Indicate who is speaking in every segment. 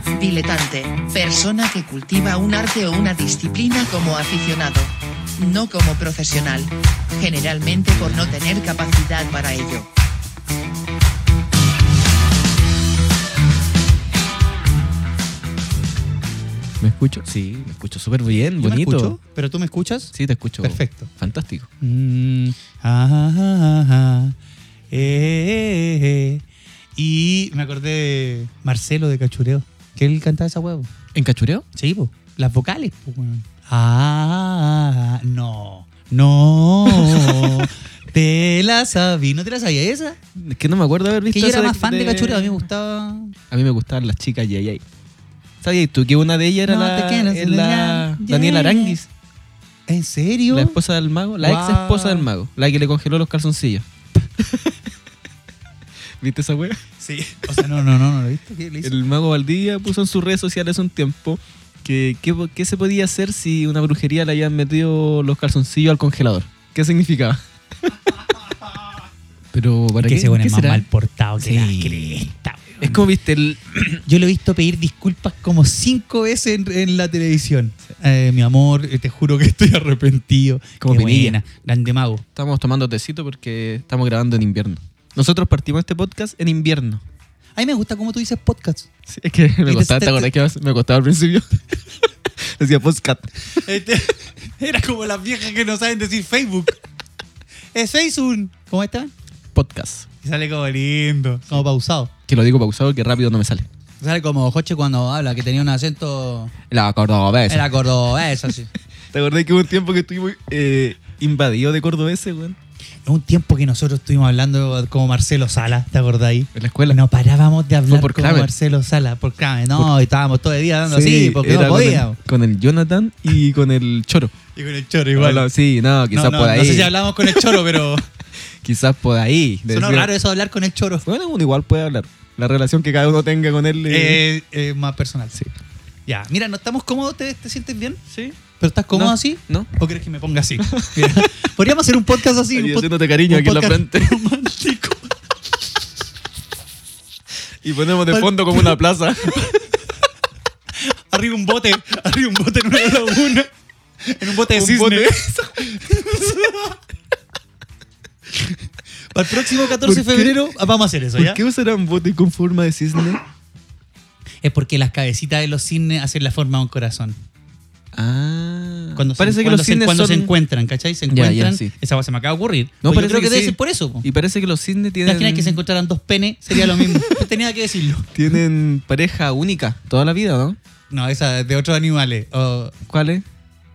Speaker 1: practicante, persona que cultiva un arte o una disciplina como aficionado. No como profesional. Generalmente por no tener capacidad para ello.
Speaker 2: ¿Me escucho?
Speaker 3: Sí, me escucho súper bien,
Speaker 2: ¿Yo me
Speaker 3: bonito.
Speaker 2: escucho?
Speaker 3: ¿Pero tú me escuchas?
Speaker 2: Sí, te escucho.
Speaker 3: Perfecto.
Speaker 2: Fantástico.
Speaker 3: Mm, ah, ah, ah, eh, eh, eh. Y me acordé de Marcelo de Cachureo, que él cantaba esa huevo.
Speaker 2: ¿En cachureo?
Speaker 3: Sí, po. Las vocales, po, weón. Ah, no. No. te la sabí. ¿No te la sabía esa?
Speaker 2: Es que no me acuerdo haber visto
Speaker 3: Que yo era
Speaker 2: eso
Speaker 3: más fan de Cachureo. A mí me gustaba.
Speaker 2: A mí me gustaban las chicas Yay Yay. ¿Sabías tú que una de ellas era
Speaker 3: No
Speaker 2: la,
Speaker 3: te quiero,
Speaker 2: es la
Speaker 3: Yay.
Speaker 2: Daniela Aranguis?
Speaker 3: ¿En serio?
Speaker 2: La esposa del mago, la
Speaker 3: Guau.
Speaker 2: ex esposa del mago, la que le congeló los calzoncillos. ¿Viste esa wea?
Speaker 3: Sí. O sea, no, no, no, no lo viste. ¿Qué le hizo?
Speaker 2: El mago Valdivia puso en sus redes sociales un tiempo que qué qué se podía hacer si una brujería le habían metido los calzoncillos al congelador. ¿Qué significaba? Pero para
Speaker 3: que
Speaker 2: qué,
Speaker 3: ese bueno
Speaker 2: ¿Qué
Speaker 3: es más
Speaker 2: será?
Speaker 3: mal portado que
Speaker 2: Sí.
Speaker 3: la cresta, weón.
Speaker 2: Es como viste el
Speaker 3: Yo lo he visto pedir disculpas como cinco veces en, en la televisión. Eh, mi amor, eh, te juro que estoy arrepentido.
Speaker 2: Como
Speaker 3: Qué
Speaker 2: Pinilla.
Speaker 3: buena, grande mago.
Speaker 2: estamos tomando tecito porque estamos grabando en invierno. Nosotros partimos este podcast en invierno.
Speaker 3: A mí me gusta cómo tú dices podcast.
Speaker 2: Sí, es que
Speaker 3: Y
Speaker 2: me
Speaker 3: te-
Speaker 2: costaba,
Speaker 3: te-
Speaker 2: ¿te acordás que me costaba al principio? Decía podcast.
Speaker 3: Este, era como las viejas que no saben decir Facebook. Es Facebook. ¿Cómo está?
Speaker 2: Podcast.
Speaker 3: Y sale como lindo, como pausado.
Speaker 2: Que lo digo pausado porque rápido no me sale.
Speaker 3: Sale como Joche cuando habla, que tenía un acento.
Speaker 2: La cordobesa.
Speaker 3: Era cordobés, así.
Speaker 2: ¿Te acordás que hubo un tiempo que estuvimos eh, invadidos de cordobeses, weón?
Speaker 3: un tiempo que nosotros estuvimos hablando como Marcelo Sala, ¿te acordáis?
Speaker 2: En la escuela.
Speaker 3: No parábamos de hablar
Speaker 2: por
Speaker 3: como
Speaker 2: Kramer.
Speaker 3: Marcelo Sala, por Kramer, no, y estábamos todo el día dando así, porque
Speaker 2: era
Speaker 3: no
Speaker 2: con el-
Speaker 3: podíamos.
Speaker 2: Con el, Jonathan y con el Choro.
Speaker 3: Y con el choro
Speaker 2: Hola, sí, no,
Speaker 3: no,
Speaker 2: quizás
Speaker 3: no,
Speaker 2: por ahí.
Speaker 3: no sé si hablamos con el choro, pero
Speaker 2: Quizás por ahí.
Speaker 3: sonó
Speaker 2: Decía-
Speaker 3: raro eso de hablar con el choro.
Speaker 2: Bueno, uno igual puede hablar. La relación que cada uno tenga con él. eh,
Speaker 3: Eh, eh, más personal.
Speaker 2: sí.
Speaker 3: Ya, mira, no estamos cómodos, ¿te, te sientes bien?
Speaker 2: ¿Sí?
Speaker 3: ¿Pero estás cómodo
Speaker 2: No,
Speaker 3: así?
Speaker 2: no.
Speaker 3: ¿O crees que me ponga así? Mira, podríamos hacer un podcast así.
Speaker 2: Ahí
Speaker 3: un pod-
Speaker 2: haciéndote cariño
Speaker 3: un
Speaker 2: aquí en la
Speaker 3: podcast
Speaker 2: frente.
Speaker 3: romántico.
Speaker 2: Y ponemos de
Speaker 3: Pal-
Speaker 2: fondo como una plaza.
Speaker 3: Arriba un bote, arriba un bote en una laguna. En un bote de
Speaker 2: Un
Speaker 3: cisne.
Speaker 2: bote.
Speaker 3: Para el próximo 14 de
Speaker 2: ¿Por qué?
Speaker 3: febrero ah, vamos a hacer eso, ¿ya?
Speaker 2: ¿Por qué usarán bote con forma de cisne?
Speaker 3: Es porque las cabecitas de los cisnes hacen la forma de un corazón.
Speaker 2: Ah.
Speaker 3: Cuando
Speaker 2: parece
Speaker 3: se,
Speaker 2: que
Speaker 3: cuando
Speaker 2: los
Speaker 3: se-
Speaker 2: cisnes
Speaker 3: cuando
Speaker 2: son...
Speaker 3: se encuentran, ¿cachai? Se
Speaker 2: Ya, ya,
Speaker 3: encuentran.
Speaker 2: sí.
Speaker 3: Esa cosa se me acaba de ocurrir.
Speaker 2: No,
Speaker 3: Pues yo
Speaker 2: parece
Speaker 3: creo que,
Speaker 2: que
Speaker 3: debe
Speaker 2: sí.
Speaker 3: ser por eso. po.
Speaker 2: Y parece que los cisnes
Speaker 3: ¿Te
Speaker 2: tienen...
Speaker 3: imaginas que se encontraran dos penes? Sería lo mismo. Tenía que decirlo.
Speaker 2: Tienen pareja única toda la vida, ¿no?
Speaker 3: No, esa es de otros animales. o
Speaker 2: ¿Cuál es?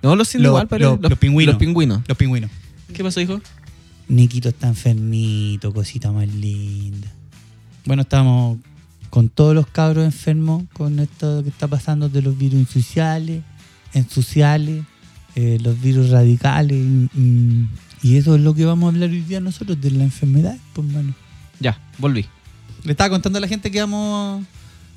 Speaker 2: No, los cisnes
Speaker 3: Lo-
Speaker 2: igual, pero...
Speaker 3: lo- los pingüinos.
Speaker 2: Los pingüinos.
Speaker 3: los pingüinos.
Speaker 2: ¿Qué pasó, hijo?
Speaker 3: Niquito está enfermito, cosita más linda. Bueno, estamos con todos los cabros enfermos, con esto que está pasando de los virus insuciales, ensuciales, eh, los virus radicales. Y, mm, y eso es lo que vamos a hablar hoy día nosotros, de la enfermedad, pues, mano.
Speaker 2: Ya, volví.
Speaker 3: Le estaba contando a la gente que vamos,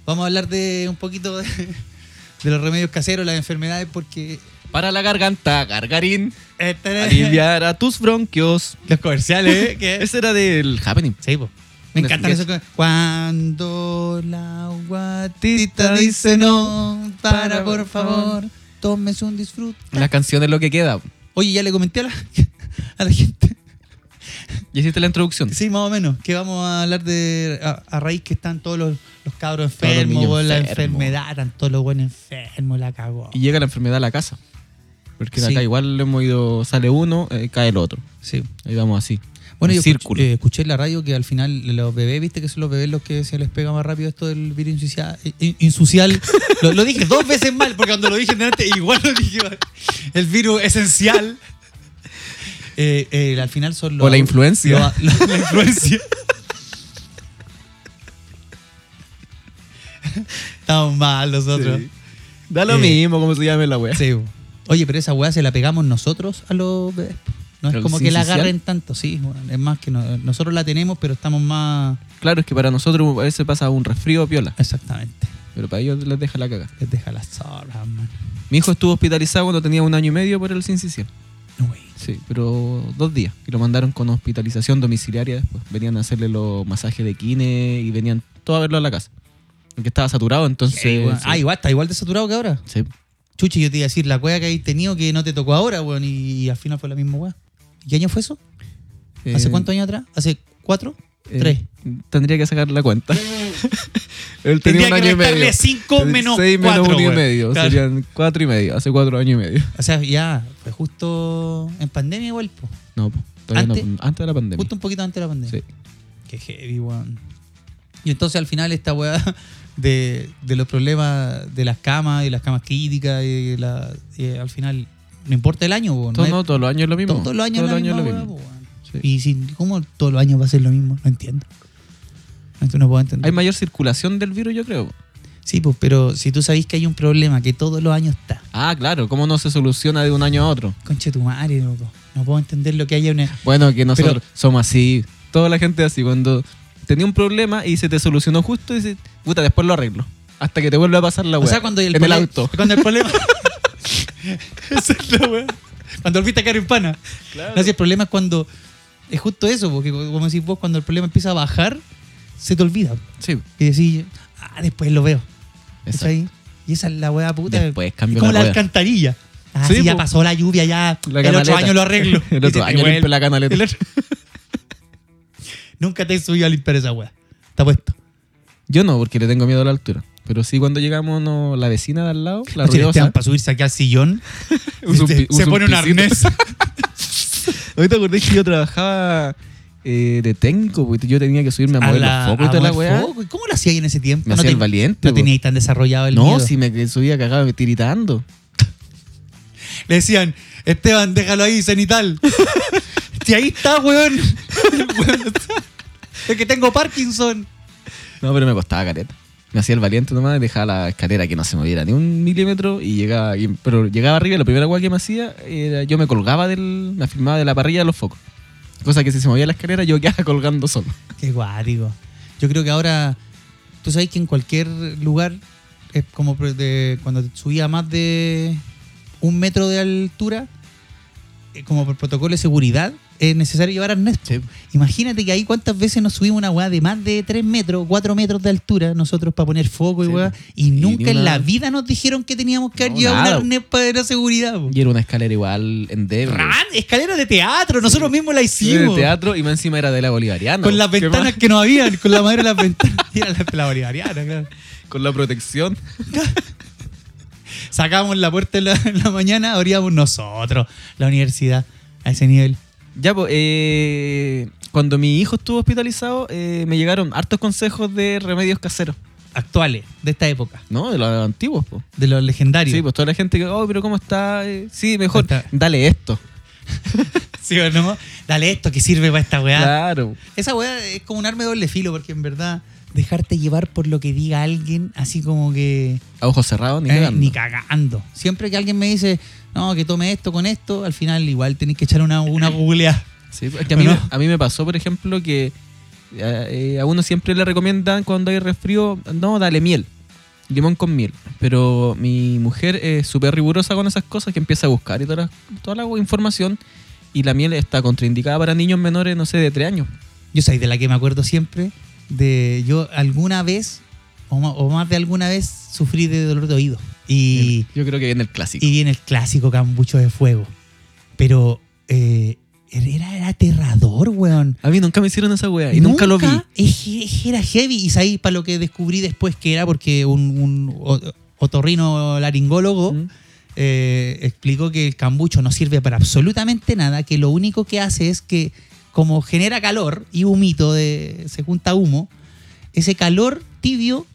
Speaker 3: vamos a hablar de un poquito de, de los remedios caseros, las enfermedades, porque...
Speaker 2: Para la garganta, gargarín.
Speaker 3: Eh.
Speaker 2: Aliviar a tus bronquios.
Speaker 3: Los comerciales, ¿eh? Que-
Speaker 2: Ese era del Happening.
Speaker 3: Sí, po. Me
Speaker 2: Un
Speaker 3: encantan
Speaker 2: sketch.
Speaker 3: esos co- Cuando la guatita dice no, para por favor, tómese un disfrute.
Speaker 2: La canción es lo que queda.
Speaker 3: Oye, ya le comenté a la, a la gente.
Speaker 2: Ya hiciste la introducción.
Speaker 3: Sí, más o menos. Que vamos a hablar de. A, a raíz que están todos los, los cabros
Speaker 2: Todos los
Speaker 3: enfermos,
Speaker 2: niños
Speaker 3: weón, la
Speaker 2: enfermos.
Speaker 3: enfermedad, están todos los buenos enfermos, la cagó.
Speaker 2: Y llega la enfermedad a la casa. Porque de
Speaker 3: Sí.
Speaker 2: acá igual hemos ido... Sale uno, eh, cae el otro.
Speaker 3: Sí.
Speaker 2: Ahí vamos así.
Speaker 3: Bueno,
Speaker 2: Un
Speaker 3: yo
Speaker 2: círculo.
Speaker 3: escuché, eh, escuché en la radio que al final los bebés, viste que son los bebés los que se les pega más rápido esto del virus insucial. in- insucial. lo, lo dije dos veces mal, porque cuando lo dije delante igual lo dije mal. El virus esencial. Eh, eh, al final son los.
Speaker 2: O la influencia.
Speaker 3: lo- lo- la influencia. Estamos mal nosotros.
Speaker 2: Sí. Da lo
Speaker 3: Eh,
Speaker 2: mismo como se llame la wea.
Speaker 3: Sí, bo. Oye, pero esa weá se la pegamos nosotros a los bebés. No es
Speaker 2: ¿Pero
Speaker 3: como
Speaker 2: sin
Speaker 3: que la
Speaker 2: social?
Speaker 3: agarren tanto, sí. weón. Es más que no- nosotros la tenemos, pero estamos más.
Speaker 2: Claro, es que para nosotros a veces pasa un resfrío piola,
Speaker 3: Exactamente.
Speaker 2: pero para ellos les deja la caga.
Speaker 3: Les deja las zorras, man.
Speaker 2: Mi hijo estuvo hospitalizado cuando tenía un año y medio por el sincicial.
Speaker 3: No, wey.
Speaker 2: Sí, pero dos días. Y lo mandaron con hospitalización domiciliaria después. Venían a hacerle los masajes de kine y venían todos a verlo a la casa. Porque estaba saturado, entonces.
Speaker 3: Sí, weón.
Speaker 2: sí.
Speaker 3: Ah, igual, está igual de saturado que ahora.
Speaker 2: Sí.
Speaker 3: Chuchi, yo te iba a decir, la cueva que hay tenido que no te tocó ahora, weón, y, al final fue la misma weá. ¿Qué año fue eso? ¿Hace
Speaker 2: Eh,
Speaker 3: cuántos años atrás? ¿Hace cuatro?
Speaker 2: eh,
Speaker 3: Tres.
Speaker 2: Tendría que sacar la cuenta. Él tenía
Speaker 3: Tendría
Speaker 2: un
Speaker 3: que
Speaker 2: año y
Speaker 3: restarle
Speaker 2: medio.
Speaker 3: cinco menos
Speaker 2: Seis menos
Speaker 3: cuatro,
Speaker 2: uno y
Speaker 3: weón.
Speaker 2: medio.
Speaker 3: Claro.
Speaker 2: Serían cuatro y medio. Hace cuatro años y medio.
Speaker 3: O sea, ya, fue justo en pandemia igual, po.
Speaker 2: No, po, todavía
Speaker 3: Antes-
Speaker 2: no. Antes de la pandemia.
Speaker 3: justo un poquito antes de la pandemia.
Speaker 2: Sí.
Speaker 3: Qué heavy, weón. Y entonces al final esta weá de, de los problemas de las camas y las camas críticas, y la, y al final, no importa el año, weón.
Speaker 2: Todo-
Speaker 3: no
Speaker 2: no,
Speaker 3: es-
Speaker 2: todos los años es lo mismo.
Speaker 3: todos los años
Speaker 2: Todos
Speaker 3: la
Speaker 2: los años es
Speaker 3: misma
Speaker 2: lo
Speaker 3: weá,
Speaker 2: mismo.
Speaker 3: po, weón.
Speaker 2: Sí.
Speaker 3: Y si, ¿cómo todos los años va a ser lo mismo? No entiendo. Esto no puedo entender.
Speaker 2: Hay mayor circulación del virus, yo creo.
Speaker 3: Sí, pues, pero si tú sabís que hay un problema que todos los años está,
Speaker 2: Ah, claro. ¿Cómo no se soluciona de un año a otro?
Speaker 3: conche tu madre, loco. No puedo entender lo que haya una.
Speaker 2: Bueno, que nosotros
Speaker 3: Pero-
Speaker 2: somos así. Toda la gente es así. Cuando tenía un problema y se te solucionó justo, dices, puta, después lo arreglo. Hasta que te vuelva a pasar la
Speaker 3: O
Speaker 2: weá.
Speaker 3: sea, cuando
Speaker 2: En
Speaker 3: el,
Speaker 2: el
Speaker 3: prole-
Speaker 2: auto.
Speaker 3: Cuando el problema. Esa es la weá. Cuando volviste a caer en pana. No, si el problema es cuando. Es justo eso, porque como decís vos, cuando el problema empieza a bajar, se te olvida.
Speaker 2: Sí.
Speaker 3: Y decís, ah, después lo veo.
Speaker 2: Exacto.
Speaker 3: ¿Cachai? Y esa es la weá puta.
Speaker 2: Después cambio
Speaker 3: Es como
Speaker 2: la
Speaker 3: la,
Speaker 2: weá.
Speaker 3: alcantarilla. Ah,
Speaker 2: Sí,
Speaker 3: sí, ya
Speaker 2: po.
Speaker 3: pasó la lluvia, ya.
Speaker 2: La
Speaker 3: el otro
Speaker 2: canaleta.
Speaker 3: año lo arreglo.
Speaker 2: El
Speaker 3: Y
Speaker 2: otro
Speaker 3: te-
Speaker 2: año
Speaker 3: weón,
Speaker 2: limpio la canaleta.
Speaker 3: el otro- Nunca te he subido a limpiar esa weá. Está puesto.
Speaker 2: Yo no, porque le tengo miedo a la altura. Pero sí, cuando llegamos, no, la vecina de al lado, la
Speaker 3: Oye, Esteban,
Speaker 2: ruidosa,
Speaker 3: para subirse aquí al sillón,
Speaker 2: usa un
Speaker 3: se,
Speaker 2: pi-
Speaker 3: se
Speaker 2: usa
Speaker 3: pone un
Speaker 2: pisito.
Speaker 3: arnés.
Speaker 2: Ahorita acordé que yo trabajaba eh, de técnico, porque yo tenía que subirme a mover
Speaker 3: la-
Speaker 2: los focos y
Speaker 3: a
Speaker 2: toda la
Speaker 3: mover
Speaker 2: weá.
Speaker 3: foco. ¿Y ¿Cómo lo hacía ahí en ese tiempo?
Speaker 2: Me hacía el
Speaker 3: ten-
Speaker 2: valiente,
Speaker 3: No
Speaker 2: po.
Speaker 3: teníais tan desarrollado el
Speaker 2: No,
Speaker 3: miedo.
Speaker 2: si me subía cagaba me tiritando.
Speaker 3: Le decían, Esteban, déjalo ahí, cenital. si ahí está, weón. Weón, es que tengo Parkinson.
Speaker 2: No, pero me costaba careta. Me hacía el valiente nomás, dejaba la escalera que no se moviera ni un milímetro y llegaba, y- pero llegaba arriba y la primera weá que me hacía era yo me colgaba del, me afirmaba de la parrilla de los focos. Cosa que si se movía la escalera yo quedaba colgando solo.
Speaker 3: Qué guático. Yo creo que ahora, tú sabes que en cualquier lugar, es como pre- de- cuando te subía más de un metro de altura, eh, como por protocolo de seguridad, es necesario llevar arnés.
Speaker 2: Sí.
Speaker 3: Imagínate que ahí cuántas veces nos subimos una weá de más de 3 metros, 4 metros de altura, nosotros para poner foco y
Speaker 2: Sí,
Speaker 3: weá,
Speaker 2: po.
Speaker 3: y
Speaker 2: Y ni
Speaker 3: nunca en
Speaker 2: una-
Speaker 3: la vida nos dijeron que teníamos que haber
Speaker 2: No,
Speaker 3: llevado un
Speaker 2: nada, po.
Speaker 3: arnés para la seguridad. po.
Speaker 2: Y era una escalera igual endeble.
Speaker 3: Ran, escalera de teatro, nosotros mismos
Speaker 2: Era
Speaker 3: la
Speaker 2: de
Speaker 3: hicimos.
Speaker 2: teatro y más encima era de la bolivariana.
Speaker 3: Con las
Speaker 2: ¿Qué
Speaker 3: ventanas que no habían, con la madera de las ventanas. Era la, la bolivariana, claro.
Speaker 2: más? Con la protección.
Speaker 3: Sacábamos la puerta en la, en la mañana, abríamos nosotros la universidad a ese nivel.
Speaker 2: Ya, pues, eh, cuando mi hijo estuvo hospitalizado, eh, me llegaron hartos consejos de remedios caseros,
Speaker 3: Actuales, de esta época,
Speaker 2: ¿no? De los antiguos, pues.
Speaker 3: de los legendarios.
Speaker 2: Sí, pues toda la gente que, oh, pero ¿cómo está? Eh, sí, mejor,
Speaker 3: Está-
Speaker 2: dale esto.
Speaker 3: ¿Sí o no? Dale esto que sirve para esta weá.
Speaker 2: Claro.
Speaker 3: Esa weá es como un arma de doble filo, porque en verdad dejarte llevar por lo que diga alguien, así como que
Speaker 2: A ojos cerrados, ni
Speaker 3: eh,
Speaker 2: cagando.
Speaker 3: ni cagando. Siempre que alguien me dice, no, que tome esto con esto, al final igual tenés que echar una, una googleada.
Speaker 2: Sí, pues, es que a mí,
Speaker 3: ¿O no?
Speaker 2: me- a mí me pasó, por ejemplo, que eh, eh, a uno siempre le recomiendan cuando hay resfrío, no, dale miel, limón con miel. Pero mi mujer es súper rigurosa con esas cosas que empieza a buscar y toda la, toda la información. Y la miel está contraindicada para niños menores, no sé, de 3 años.
Speaker 3: Yo soy de la que me acuerdo siempre, de yo alguna vez, o ma- o más de alguna vez, sufrí de dolor de oído. Y...
Speaker 2: Yo creo que viene el clásico.
Speaker 3: Y viene el clásico cambucho de fuego. Pero eh, era, era aterrador, weón.
Speaker 2: a mí nunca me hicieron esa wea y nunca, lo vi.
Speaker 3: es- es- Era heavy. Y ahí para lo que descubrí después que era porque un, un o- otorrino laringólogo
Speaker 2: Mm.
Speaker 3: eh, explicó que el cambucho no sirve para absolutamente nada, que lo único que hace es que como genera calor y humito, de, se junta humo, ese calor tibio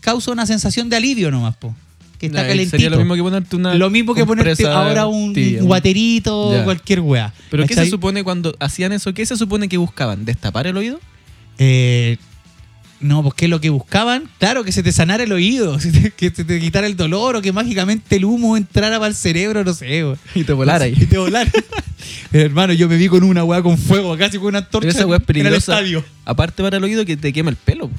Speaker 3: causa una sensación de alivio nomás, po, que está
Speaker 2: Ya,
Speaker 3: calentito.
Speaker 2: Sería lo mismo que ponerte una.
Speaker 3: Lo mismo que ponerte
Speaker 2: compresa
Speaker 3: ahora un
Speaker 2: tibia.
Speaker 3: guaterito
Speaker 2: Ya.
Speaker 3: o cualquier weá.
Speaker 2: Pero ¿qué se
Speaker 3: ¿cachai?
Speaker 2: supone cuando hacían eso? ¿Qué se supone que buscaban? ¿Destapar el oído?
Speaker 3: Eh, no, pues que lo que buscaban, claro, que se te sanara el oído, se te- que se te quitara el dolor o que mágicamente el humo entrara para el cerebro, no sé, weón.
Speaker 2: Y te volar
Speaker 3: Y
Speaker 2: ahí.
Speaker 3: te volara. Pero, hermano, yo me vi con una weá con fuego, casi con una antorcha
Speaker 2: Pero esa weá es
Speaker 3: en el
Speaker 2: peligrosa.
Speaker 3: estadio.
Speaker 2: Aparte para el oído que te quema el pelo. po.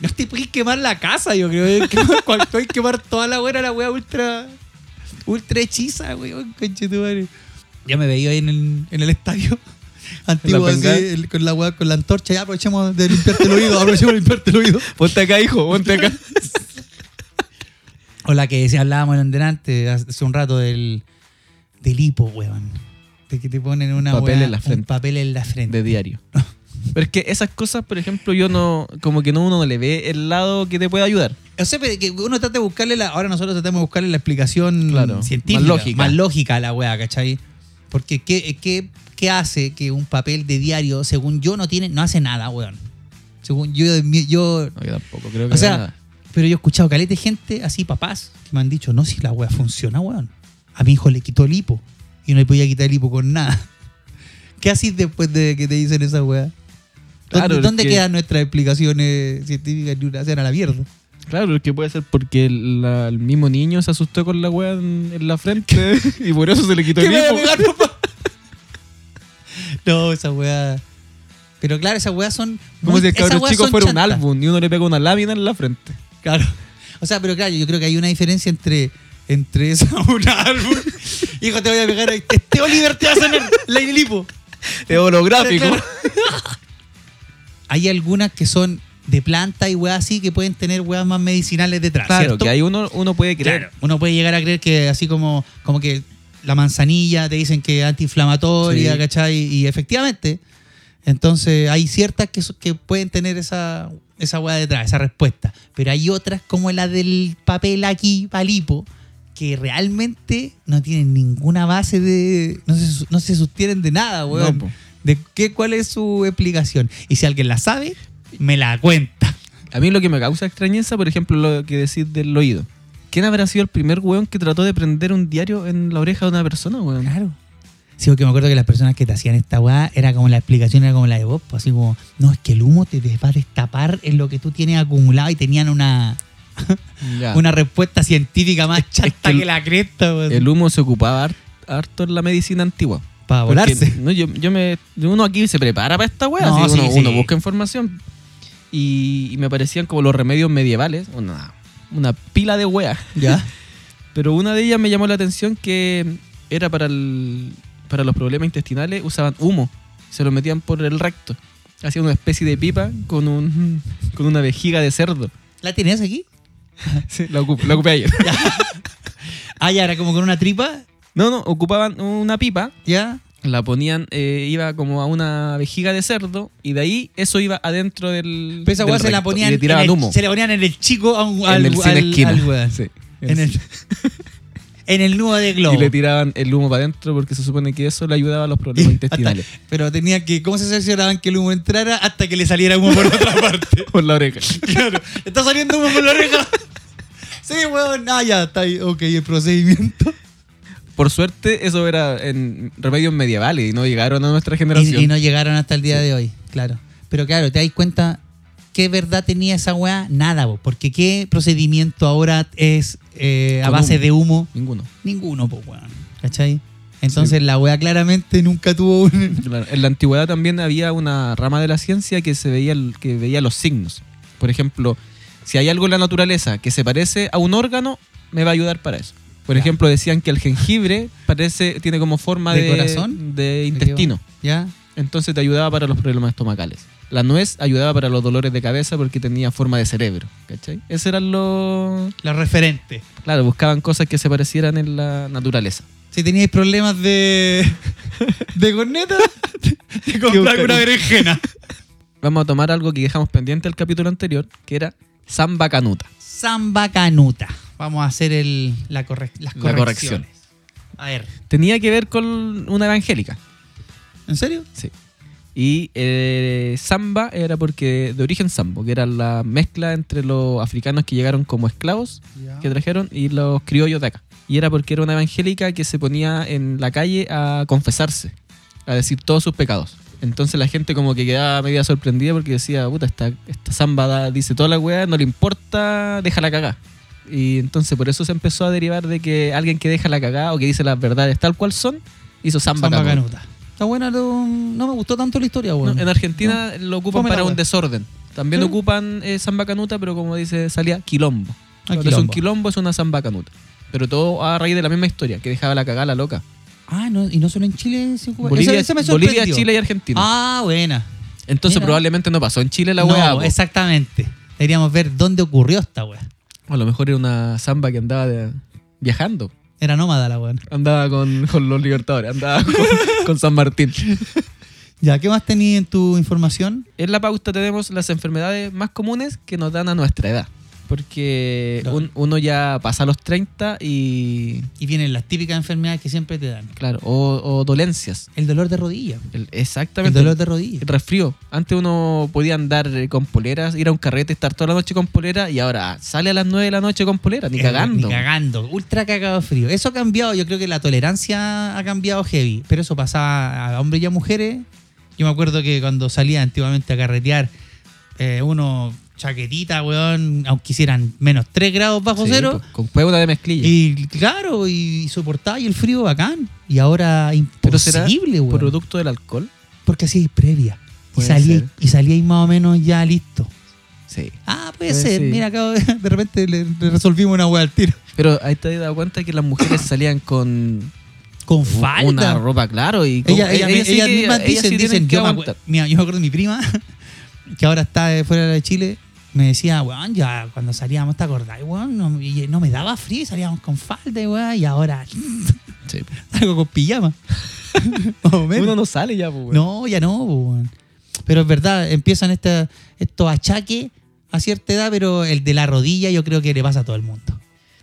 Speaker 3: No te podéis quemar la casa, yo creo. hay que quemar- cual- hay que quemar toda la buena, la weá ultra. Ultra hechiza, weón, conchetumare. Ya me veía ahí en el, en el estadio. Antiguo, así,
Speaker 2: penca.
Speaker 3: el- con la weá, con la antorcha. Ya aprovechemos de limpiarte el oído, aprovechemos de limpiarte el oído.
Speaker 2: Ponte acá, hijo, ponte acá.
Speaker 3: O la que decía- hablábamos en delante hace un rato del, del hipo, weón. De que te ponen una
Speaker 2: Papel
Speaker 3: weá-
Speaker 2: en la
Speaker 3: un
Speaker 2: frente.
Speaker 3: papel en la frente.
Speaker 2: de diario. Pero es que esas cosas, por ejemplo, yo no, como que no uno no le ve el lado que te puede ayudar.
Speaker 3: O sea, pero que uno trata de buscarle la. Ahora nosotros tratamos de buscarle la explicación
Speaker 2: Claro,
Speaker 3: científica.
Speaker 2: más lógica.
Speaker 3: Más lógica a la weá, ¿cachai? Porque ¿qué, qué, qué hace que un papel de diario, según yo, no tiene. No hace nada, weón. Según yo, yo
Speaker 2: No, yo tampoco creo que
Speaker 3: O sea,
Speaker 2: nada.
Speaker 3: pero yo he escuchado caleta de gente, así papás, que me han dicho, no, si la weá funciona, weón. A mi hijo le quitó el hipo y no le podía quitar el hipo con nada. ¿Qué haces después de que te dicen esa weá? ¿Dónde,
Speaker 2: Claro, es
Speaker 3: dónde
Speaker 2: que-
Speaker 3: quedan nuestras explicaciones científicas? Ni una hacen a la mierda.
Speaker 2: Claro, es que puede ser porque el, la- el mismo niño se asustó con la wea en, en la frente y por eso se le quitó el
Speaker 3: me va a
Speaker 2: hipo.
Speaker 3: pegar, papá? No, esa weá. Pero claro, esas weas son.
Speaker 2: Como
Speaker 3: muy-
Speaker 2: si el
Speaker 3: esas
Speaker 2: cabrón
Speaker 3: weas
Speaker 2: chico
Speaker 3: son
Speaker 2: fuera un
Speaker 3: chantas.
Speaker 2: álbum y uno le pega una lámina en la frente.
Speaker 3: Claro. O sea, pero claro, yo creo que hay una diferencia entre entre esa un árbol. Hijo, te voy a pegar ahí. Este Oliver te va a sonar la lipo.
Speaker 2: Es holográfico.
Speaker 3: Hay algunas que son de planta y weas así que pueden tener weas más medicinales detrás.
Speaker 2: Claro,
Speaker 3: ¿cierto?
Speaker 2: que ahí uno, uno puede creer.
Speaker 3: Claro. Uno puede llegar a creer que así como, como que la manzanilla te dicen que es antiinflamatoria,
Speaker 2: Sí.
Speaker 3: ¿cachai? Y efectivamente. Entonces hay ciertas que, so- que pueden tener esa, esa hueá detrás, esa respuesta. Pero hay otras como la del papel aquí, palipo, que realmente no tienen ninguna base de... No se, su- no se sostienen de nada, weón.
Speaker 2: No, po.
Speaker 3: de qué, ¿Cuál es su explicación? Y si alguien la sabe, me la cuenta.
Speaker 2: A mí lo que me causa extrañeza, por ejemplo, lo que decís del oído. ¿Quién habrá sido el primer weón que trató de prender un diario en la oreja de una persona, weón?
Speaker 3: Claro. Sí, porque me acuerdo que las personas que te hacían esta weá era como la explicación, era como la de vos, pues, así como, no, es que el humo te va a destapar en lo que tú tienes acumulado y tenían una,
Speaker 2: Ya.
Speaker 3: una respuesta científica más chata que,
Speaker 2: el-
Speaker 3: la cresta, weón.
Speaker 2: El humo se ocupaba har- harto en la medicina antigua.
Speaker 3: Para
Speaker 2: Porque,
Speaker 3: volarse.
Speaker 2: No, yo, yo me, uno aquí se prepara para esta weá.
Speaker 3: No,
Speaker 2: así,
Speaker 3: sí,
Speaker 2: uno,
Speaker 3: sí.
Speaker 2: uno busca información. Y, y me parecían como los remedios medievales, una, una pila de weas.
Speaker 3: Ya.
Speaker 2: Pero una de ellas me llamó la atención que era para, el- para los problemas intestinales, usaban humo, se lo metían por el recto. Hacían una especie de pipa con, un, con una vejiga de cerdo.
Speaker 3: ¿La tenías aquí?
Speaker 2: Sí, la, ocup- la ocupé ayer.
Speaker 3: Ah, ya, era como con una tripa,
Speaker 2: No, no, ocupaban una pipa,
Speaker 3: ya.
Speaker 2: la ponían, eh, iba como a una vejiga de cerdo y de ahí eso iba adentro del.
Speaker 3: Pero esa
Speaker 2: del
Speaker 3: weá se la
Speaker 2: recto,
Speaker 3: ponían.
Speaker 2: Y le tiraban
Speaker 3: en el-
Speaker 2: humo.
Speaker 3: Se la ponían en el chico a un,
Speaker 2: en
Speaker 3: al,
Speaker 2: el sin
Speaker 3: al-
Speaker 2: esquina.
Speaker 3: al weón.
Speaker 2: Sí, en
Speaker 3: En
Speaker 2: el-
Speaker 3: el, en el nudo de globo.
Speaker 2: Y le tiraban el humo para adentro porque se supone que eso le ayudaba a los problemas intestinales.
Speaker 3: Hasta- pero tenía que, ¿cómo se cercioraban que el humo entrara hasta que le saliera humo por otra parte?
Speaker 2: Por la oreja.
Speaker 3: Claro, está saliendo humo por la oreja. Sí, weón, ah, ya, está ahí, ok, el procedimiento.
Speaker 2: Por suerte, eso era en remedios medievales y no llegaron a nuestra
Speaker 3: Y,
Speaker 2: generación.
Speaker 3: y no llegaron hasta el día de hoy, claro. Pero claro, te dais cuenta qué verdad tenía esa weá, nada, po, porque qué procedimiento ahora es eh, a
Speaker 2: Con
Speaker 3: base
Speaker 2: humo.
Speaker 3: de humo,
Speaker 2: Ninguno.
Speaker 3: ninguno, pues weón, ¿cachai? Entonces la weá claramente nunca tuvo un...
Speaker 2: Claro, En la antigüedad también había una rama de la ciencia que se veía el- que veía los signos. Por ejemplo, si hay algo en la naturaleza que se parece a un órgano, me va a ayudar para eso. Por
Speaker 3: Ya.
Speaker 2: ejemplo, decían que el jengibre parece tiene como forma
Speaker 3: ¿De
Speaker 2: de,
Speaker 3: corazón?
Speaker 2: de intestino.
Speaker 3: ¿Ya?
Speaker 2: Entonces te ayudaba para los problemas estomacales. La nuez ayudaba para los dolores de cabeza porque tenía forma de cerebro. ¿Cachai? Esos eran los...
Speaker 3: La referente.
Speaker 2: Claro, buscaban cosas que se parecieran en la naturaleza.
Speaker 3: Si teníais problemas de. de corneta, de
Speaker 2: buscar una
Speaker 3: berenjena.
Speaker 2: Vamos a tomar algo que dejamos pendiente del capítulo anterior, que era Samba Canuta.
Speaker 3: Samba canuta. Vamos a hacer el, la corre- las
Speaker 2: La corrección.
Speaker 3: correcciones. A ver.
Speaker 2: Tenía que ver con una evangélica.
Speaker 3: ¿En serio?
Speaker 2: Sí. Y eh, Samba era porque de origen sambo, que era la mezcla entre los africanos que llegaron como esclavos, que trajeron, y los criollos de acá. Y era porque era una evangélica que se ponía en la calle a confesarse, a decir todos sus pecados. Entonces la gente como que quedaba media sorprendida porque decía, puta, esta, esta samba da- dice toda la weá, no le importa, déjala cagar. Y entonces por eso se empezó a derivar de que alguien que deja la cagada o que dice las verdades tal cual son, hizo samba,
Speaker 3: Samba,
Speaker 2: canuta.
Speaker 3: canuta. Está buena, lo- no me gustó tanto la historia,
Speaker 2: No,
Speaker 3: weón.
Speaker 2: en Argentina lo ocupan
Speaker 3: Fome la
Speaker 2: para un
Speaker 3: wea. ¿Mm?
Speaker 2: desorden. También
Speaker 3: Sí.
Speaker 2: ocupan eh, samba canuta, pero como dice Salía, quilombo.
Speaker 3: Ah,
Speaker 2: Cuando es un
Speaker 3: quilombo.
Speaker 2: quilombo, es una samba canuta. Pero todo a raíz de la misma historia, que dejaba la cagada la loca.
Speaker 3: Ah, no, y no solo en Chile, sí, Cuba.
Speaker 2: Bolivia,
Speaker 3: Esa- esa me
Speaker 2: Bolivia,
Speaker 3: sorprendió.
Speaker 2: Chile y Argentina.
Speaker 3: Ah, buena.
Speaker 2: Entonces
Speaker 3: mira.
Speaker 2: probablemente no pasó en Chile la
Speaker 3: No,
Speaker 2: weá. po.
Speaker 3: exactamente. Deberíamos ver dónde ocurrió esta weá.
Speaker 2: O a lo mejor era una samba que andaba de- viajando.
Speaker 3: Era nómada la weón.
Speaker 2: Andaba con, con los libertadores, andaba con, con San Martín.
Speaker 3: Ya, ¿qué más tenías en tu información?
Speaker 2: En la pauta tenemos las enfermedades más comunes que nos dan a nuestra edad. Porque
Speaker 3: Claro.
Speaker 2: un- uno ya pasa los 30 y,
Speaker 3: Y vienen las típicas enfermedades que siempre te dan.
Speaker 2: claro, o, o dolencias.
Speaker 3: El dolor de rodilla.
Speaker 2: El-
Speaker 3: El
Speaker 2: exactamente.
Speaker 3: dolor de rodilla.
Speaker 2: El resfrío. Antes uno podía andar eh, con poleras, ir a un carrete, estar toda la noche con polera y ahora sale a las 9 de la noche con polera, ni
Speaker 3: Eh,
Speaker 2: cagando.
Speaker 3: Ni cagando. Ultra cagado frío. Eso ha cambiado. Yo creo que la tolerancia ha cambiado heavy. Pero eso pasaba a hombres y a mujeres. Yo me acuerdo que cuando salía antiguamente a carretear, eh, uno chaquetita, weón, aunque hicieran menos 3 grados bajo
Speaker 2: Sí,
Speaker 3: cero.
Speaker 2: po, con cueva de mezclilla.
Speaker 3: Y claro, y soportaba y el frío bacán. Y ahora
Speaker 2: Pero será
Speaker 3: imposible, weón.
Speaker 2: producto del alcohol.
Speaker 3: Porque hacíais previa. Y
Speaker 2: Puede
Speaker 3: salíais,
Speaker 2: ser.
Speaker 3: y salíais más o menos ya listo.
Speaker 2: Sí.
Speaker 3: Ah, puede
Speaker 2: Puede
Speaker 3: ser.
Speaker 2: ser.
Speaker 3: Mira, acabo de, de repente le, le resolvimos una weá al tiro.
Speaker 2: Pero ahí te has dado cuenta que las mujeres salían con
Speaker 3: Con
Speaker 2: u-
Speaker 3: falta.
Speaker 2: una ropa, claro. Y con-
Speaker 3: Ella, ella,
Speaker 2: sí
Speaker 3: ellas
Speaker 2: que-
Speaker 3: mismas
Speaker 2: ellas sí
Speaker 3: dicen,
Speaker 2: tienen
Speaker 3: dicen
Speaker 2: que
Speaker 3: yo, me
Speaker 2: aguantar.
Speaker 3: acuerdo, mira, yo me acuerdo de mi prima, que ahora está eh, fuera de Chile, me decía, weón, ya cuando salíamos, ¿te acordás, weón? No, y no me daba frío y salíamos con falda, y weón, y ahora
Speaker 2: Sí.
Speaker 3: salgo con pijama. Más o menos.
Speaker 2: Uno no sale ya, pues. weón.
Speaker 3: No, ya no, po, weón. Pero es verdad, empiezan esta- estos achaques a cierta edad, pero el de la rodilla yo creo que le pasa a todo el mundo.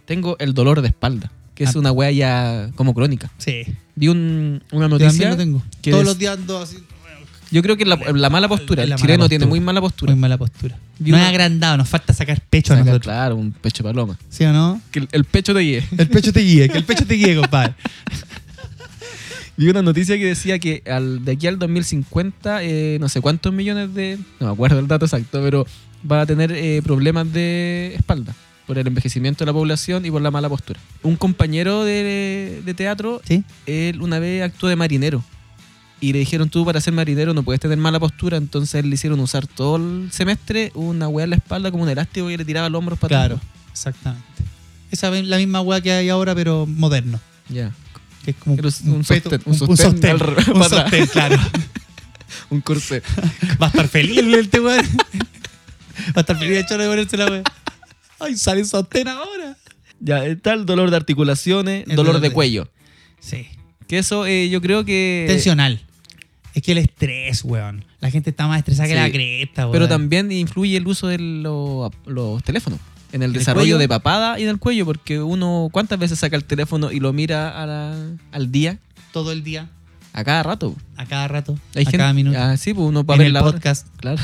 Speaker 2: Tengo el dolor de espalda, que es
Speaker 3: Ah.
Speaker 2: una wea ya como crónica.
Speaker 3: Sí.
Speaker 2: Vi un- una
Speaker 3: Yo
Speaker 2: noticia.
Speaker 3: también lo tengo.
Speaker 2: que
Speaker 3: Todos
Speaker 2: des-
Speaker 3: los días ando así,
Speaker 2: Yo creo que la, la mala postura.
Speaker 3: Es
Speaker 2: El
Speaker 3: la mala
Speaker 2: chileno tiene
Speaker 3: postura.
Speaker 2: muy mala postura.
Speaker 3: muy mala postura.
Speaker 2: Y
Speaker 3: No es
Speaker 2: uno-
Speaker 3: agrandado, nos falta sacar pecho a
Speaker 2: Saca,
Speaker 3: nosotros.
Speaker 2: claro, un pecho de paloma.
Speaker 3: ¿Sí o no?
Speaker 2: Que el, el pecho te guíe.
Speaker 3: El pecho te guía, que el pecho te guíe, compadre.
Speaker 2: Vi una noticia que decía que al, de aquí al 2050, eh, no sé cuántos millones de. No me acuerdo el dato exacto, pero van a tener eh, problemas de espalda por el envejecimiento de la población y por la mala postura. Un compañero de, de teatro,
Speaker 3: ¿Sí?
Speaker 2: él una vez actuó de marinero. Y le dijeron, tú para ser marinero no puedes tener mala postura. Entonces le hicieron usar todo el semestre una hueá en la espalda como un elástico y le tiraba los hombros para
Speaker 3: Claro,
Speaker 2: atrás.
Speaker 3: exactamente. Esa es la misma weá que hay ahora, pero moderno.
Speaker 2: Ya.
Speaker 3: Que es como
Speaker 2: Pero es un
Speaker 3: peto-
Speaker 2: sostén, un sostén al revés,
Speaker 3: un
Speaker 2: para atrás.
Speaker 3: sostén, claro.
Speaker 2: Un corsé.
Speaker 3: Va a estar feliz este weón. Va a estar feliz de chorro de ponerse la weá. Ay, sale sostén ahora.
Speaker 2: Ya, está el dolor de articulaciones,
Speaker 3: El
Speaker 2: dolor
Speaker 3: dolor
Speaker 2: de
Speaker 3: de-
Speaker 2: cuello.
Speaker 3: Sí.
Speaker 2: Que eso eh, yo creo que...
Speaker 3: Tensional. Es que el estrés, weón. La gente está más estresada que
Speaker 2: Sí.
Speaker 3: la cresta, weón.
Speaker 2: Pero también influye el uso de lo- los teléfonos. En el,
Speaker 3: ¿En el
Speaker 2: desarrollo
Speaker 3: cuello?
Speaker 2: de papada y en el cuello, porque uno, ¿cuántas veces saca el teléfono y lo mira a la- al día?
Speaker 3: Todo el día,
Speaker 2: A cada rato.
Speaker 3: a cada rato,
Speaker 2: Hay
Speaker 3: a
Speaker 2: gente-
Speaker 3: cada minuto.
Speaker 2: Ah, sí, pues uno va a
Speaker 3: en
Speaker 2: ver
Speaker 3: el
Speaker 2: la hora.
Speaker 3: podcast,
Speaker 2: Claro.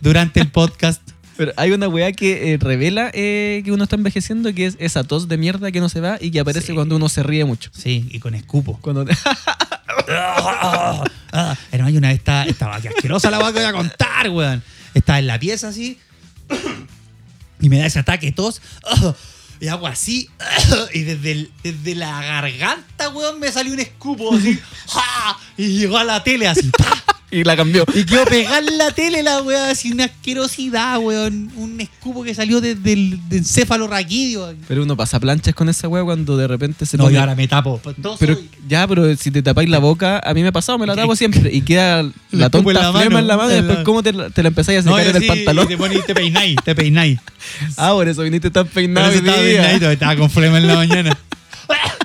Speaker 3: durante el podcast.
Speaker 2: Pero hay una weá que eh, revela eh, que uno está envejeciendo, que es esa tos de mierda que no se va y que aparece
Speaker 3: Sí.
Speaker 2: cuando uno se ríe mucho.
Speaker 3: Sí, y con escupo.
Speaker 2: Cuando
Speaker 3: Ah, ah, hermano, yo una vez estaba, estaba qué asquerosa la weá que voy a contar, weón. Estaba en la pieza así. Y me da ese ataque de tos. ah, y hago así. ah, y desde, el- desde la garganta, weón, me salió un escupo así. ah, y llegó a la tele así. pa.
Speaker 2: y la cambió.
Speaker 3: Y quedó pegar la tele la weá, así una asquerosidad, weón. Un escupo que salió desde el de encéfalo raquídeo.
Speaker 2: Pero uno pasa planchas con esa weá cuando de repente se
Speaker 3: No,
Speaker 2: pone-
Speaker 3: yo ahora me tapo. Pues, no
Speaker 2: Pero
Speaker 3: soy-
Speaker 2: ya, pero si te tapáis la boca, a mí me ha pasado, me la tapo siempre. Y queda la
Speaker 3: escupo
Speaker 2: tonta
Speaker 3: en la
Speaker 2: flema
Speaker 3: mano,
Speaker 2: en la mano y
Speaker 3: en
Speaker 2: después
Speaker 3: la-
Speaker 2: cómo te, la- te la empezáis a secar
Speaker 3: yo
Speaker 2: en el
Speaker 3: sí,
Speaker 2: pantalón.
Speaker 3: y te pones- te peináis, te peináis.
Speaker 2: Ah, por eso viniste tan
Speaker 3: Pero
Speaker 2: peinado
Speaker 3: ese
Speaker 2: hoy
Speaker 3: estaba
Speaker 2: día.
Speaker 3: peinadito, estaba con flema en la mañana.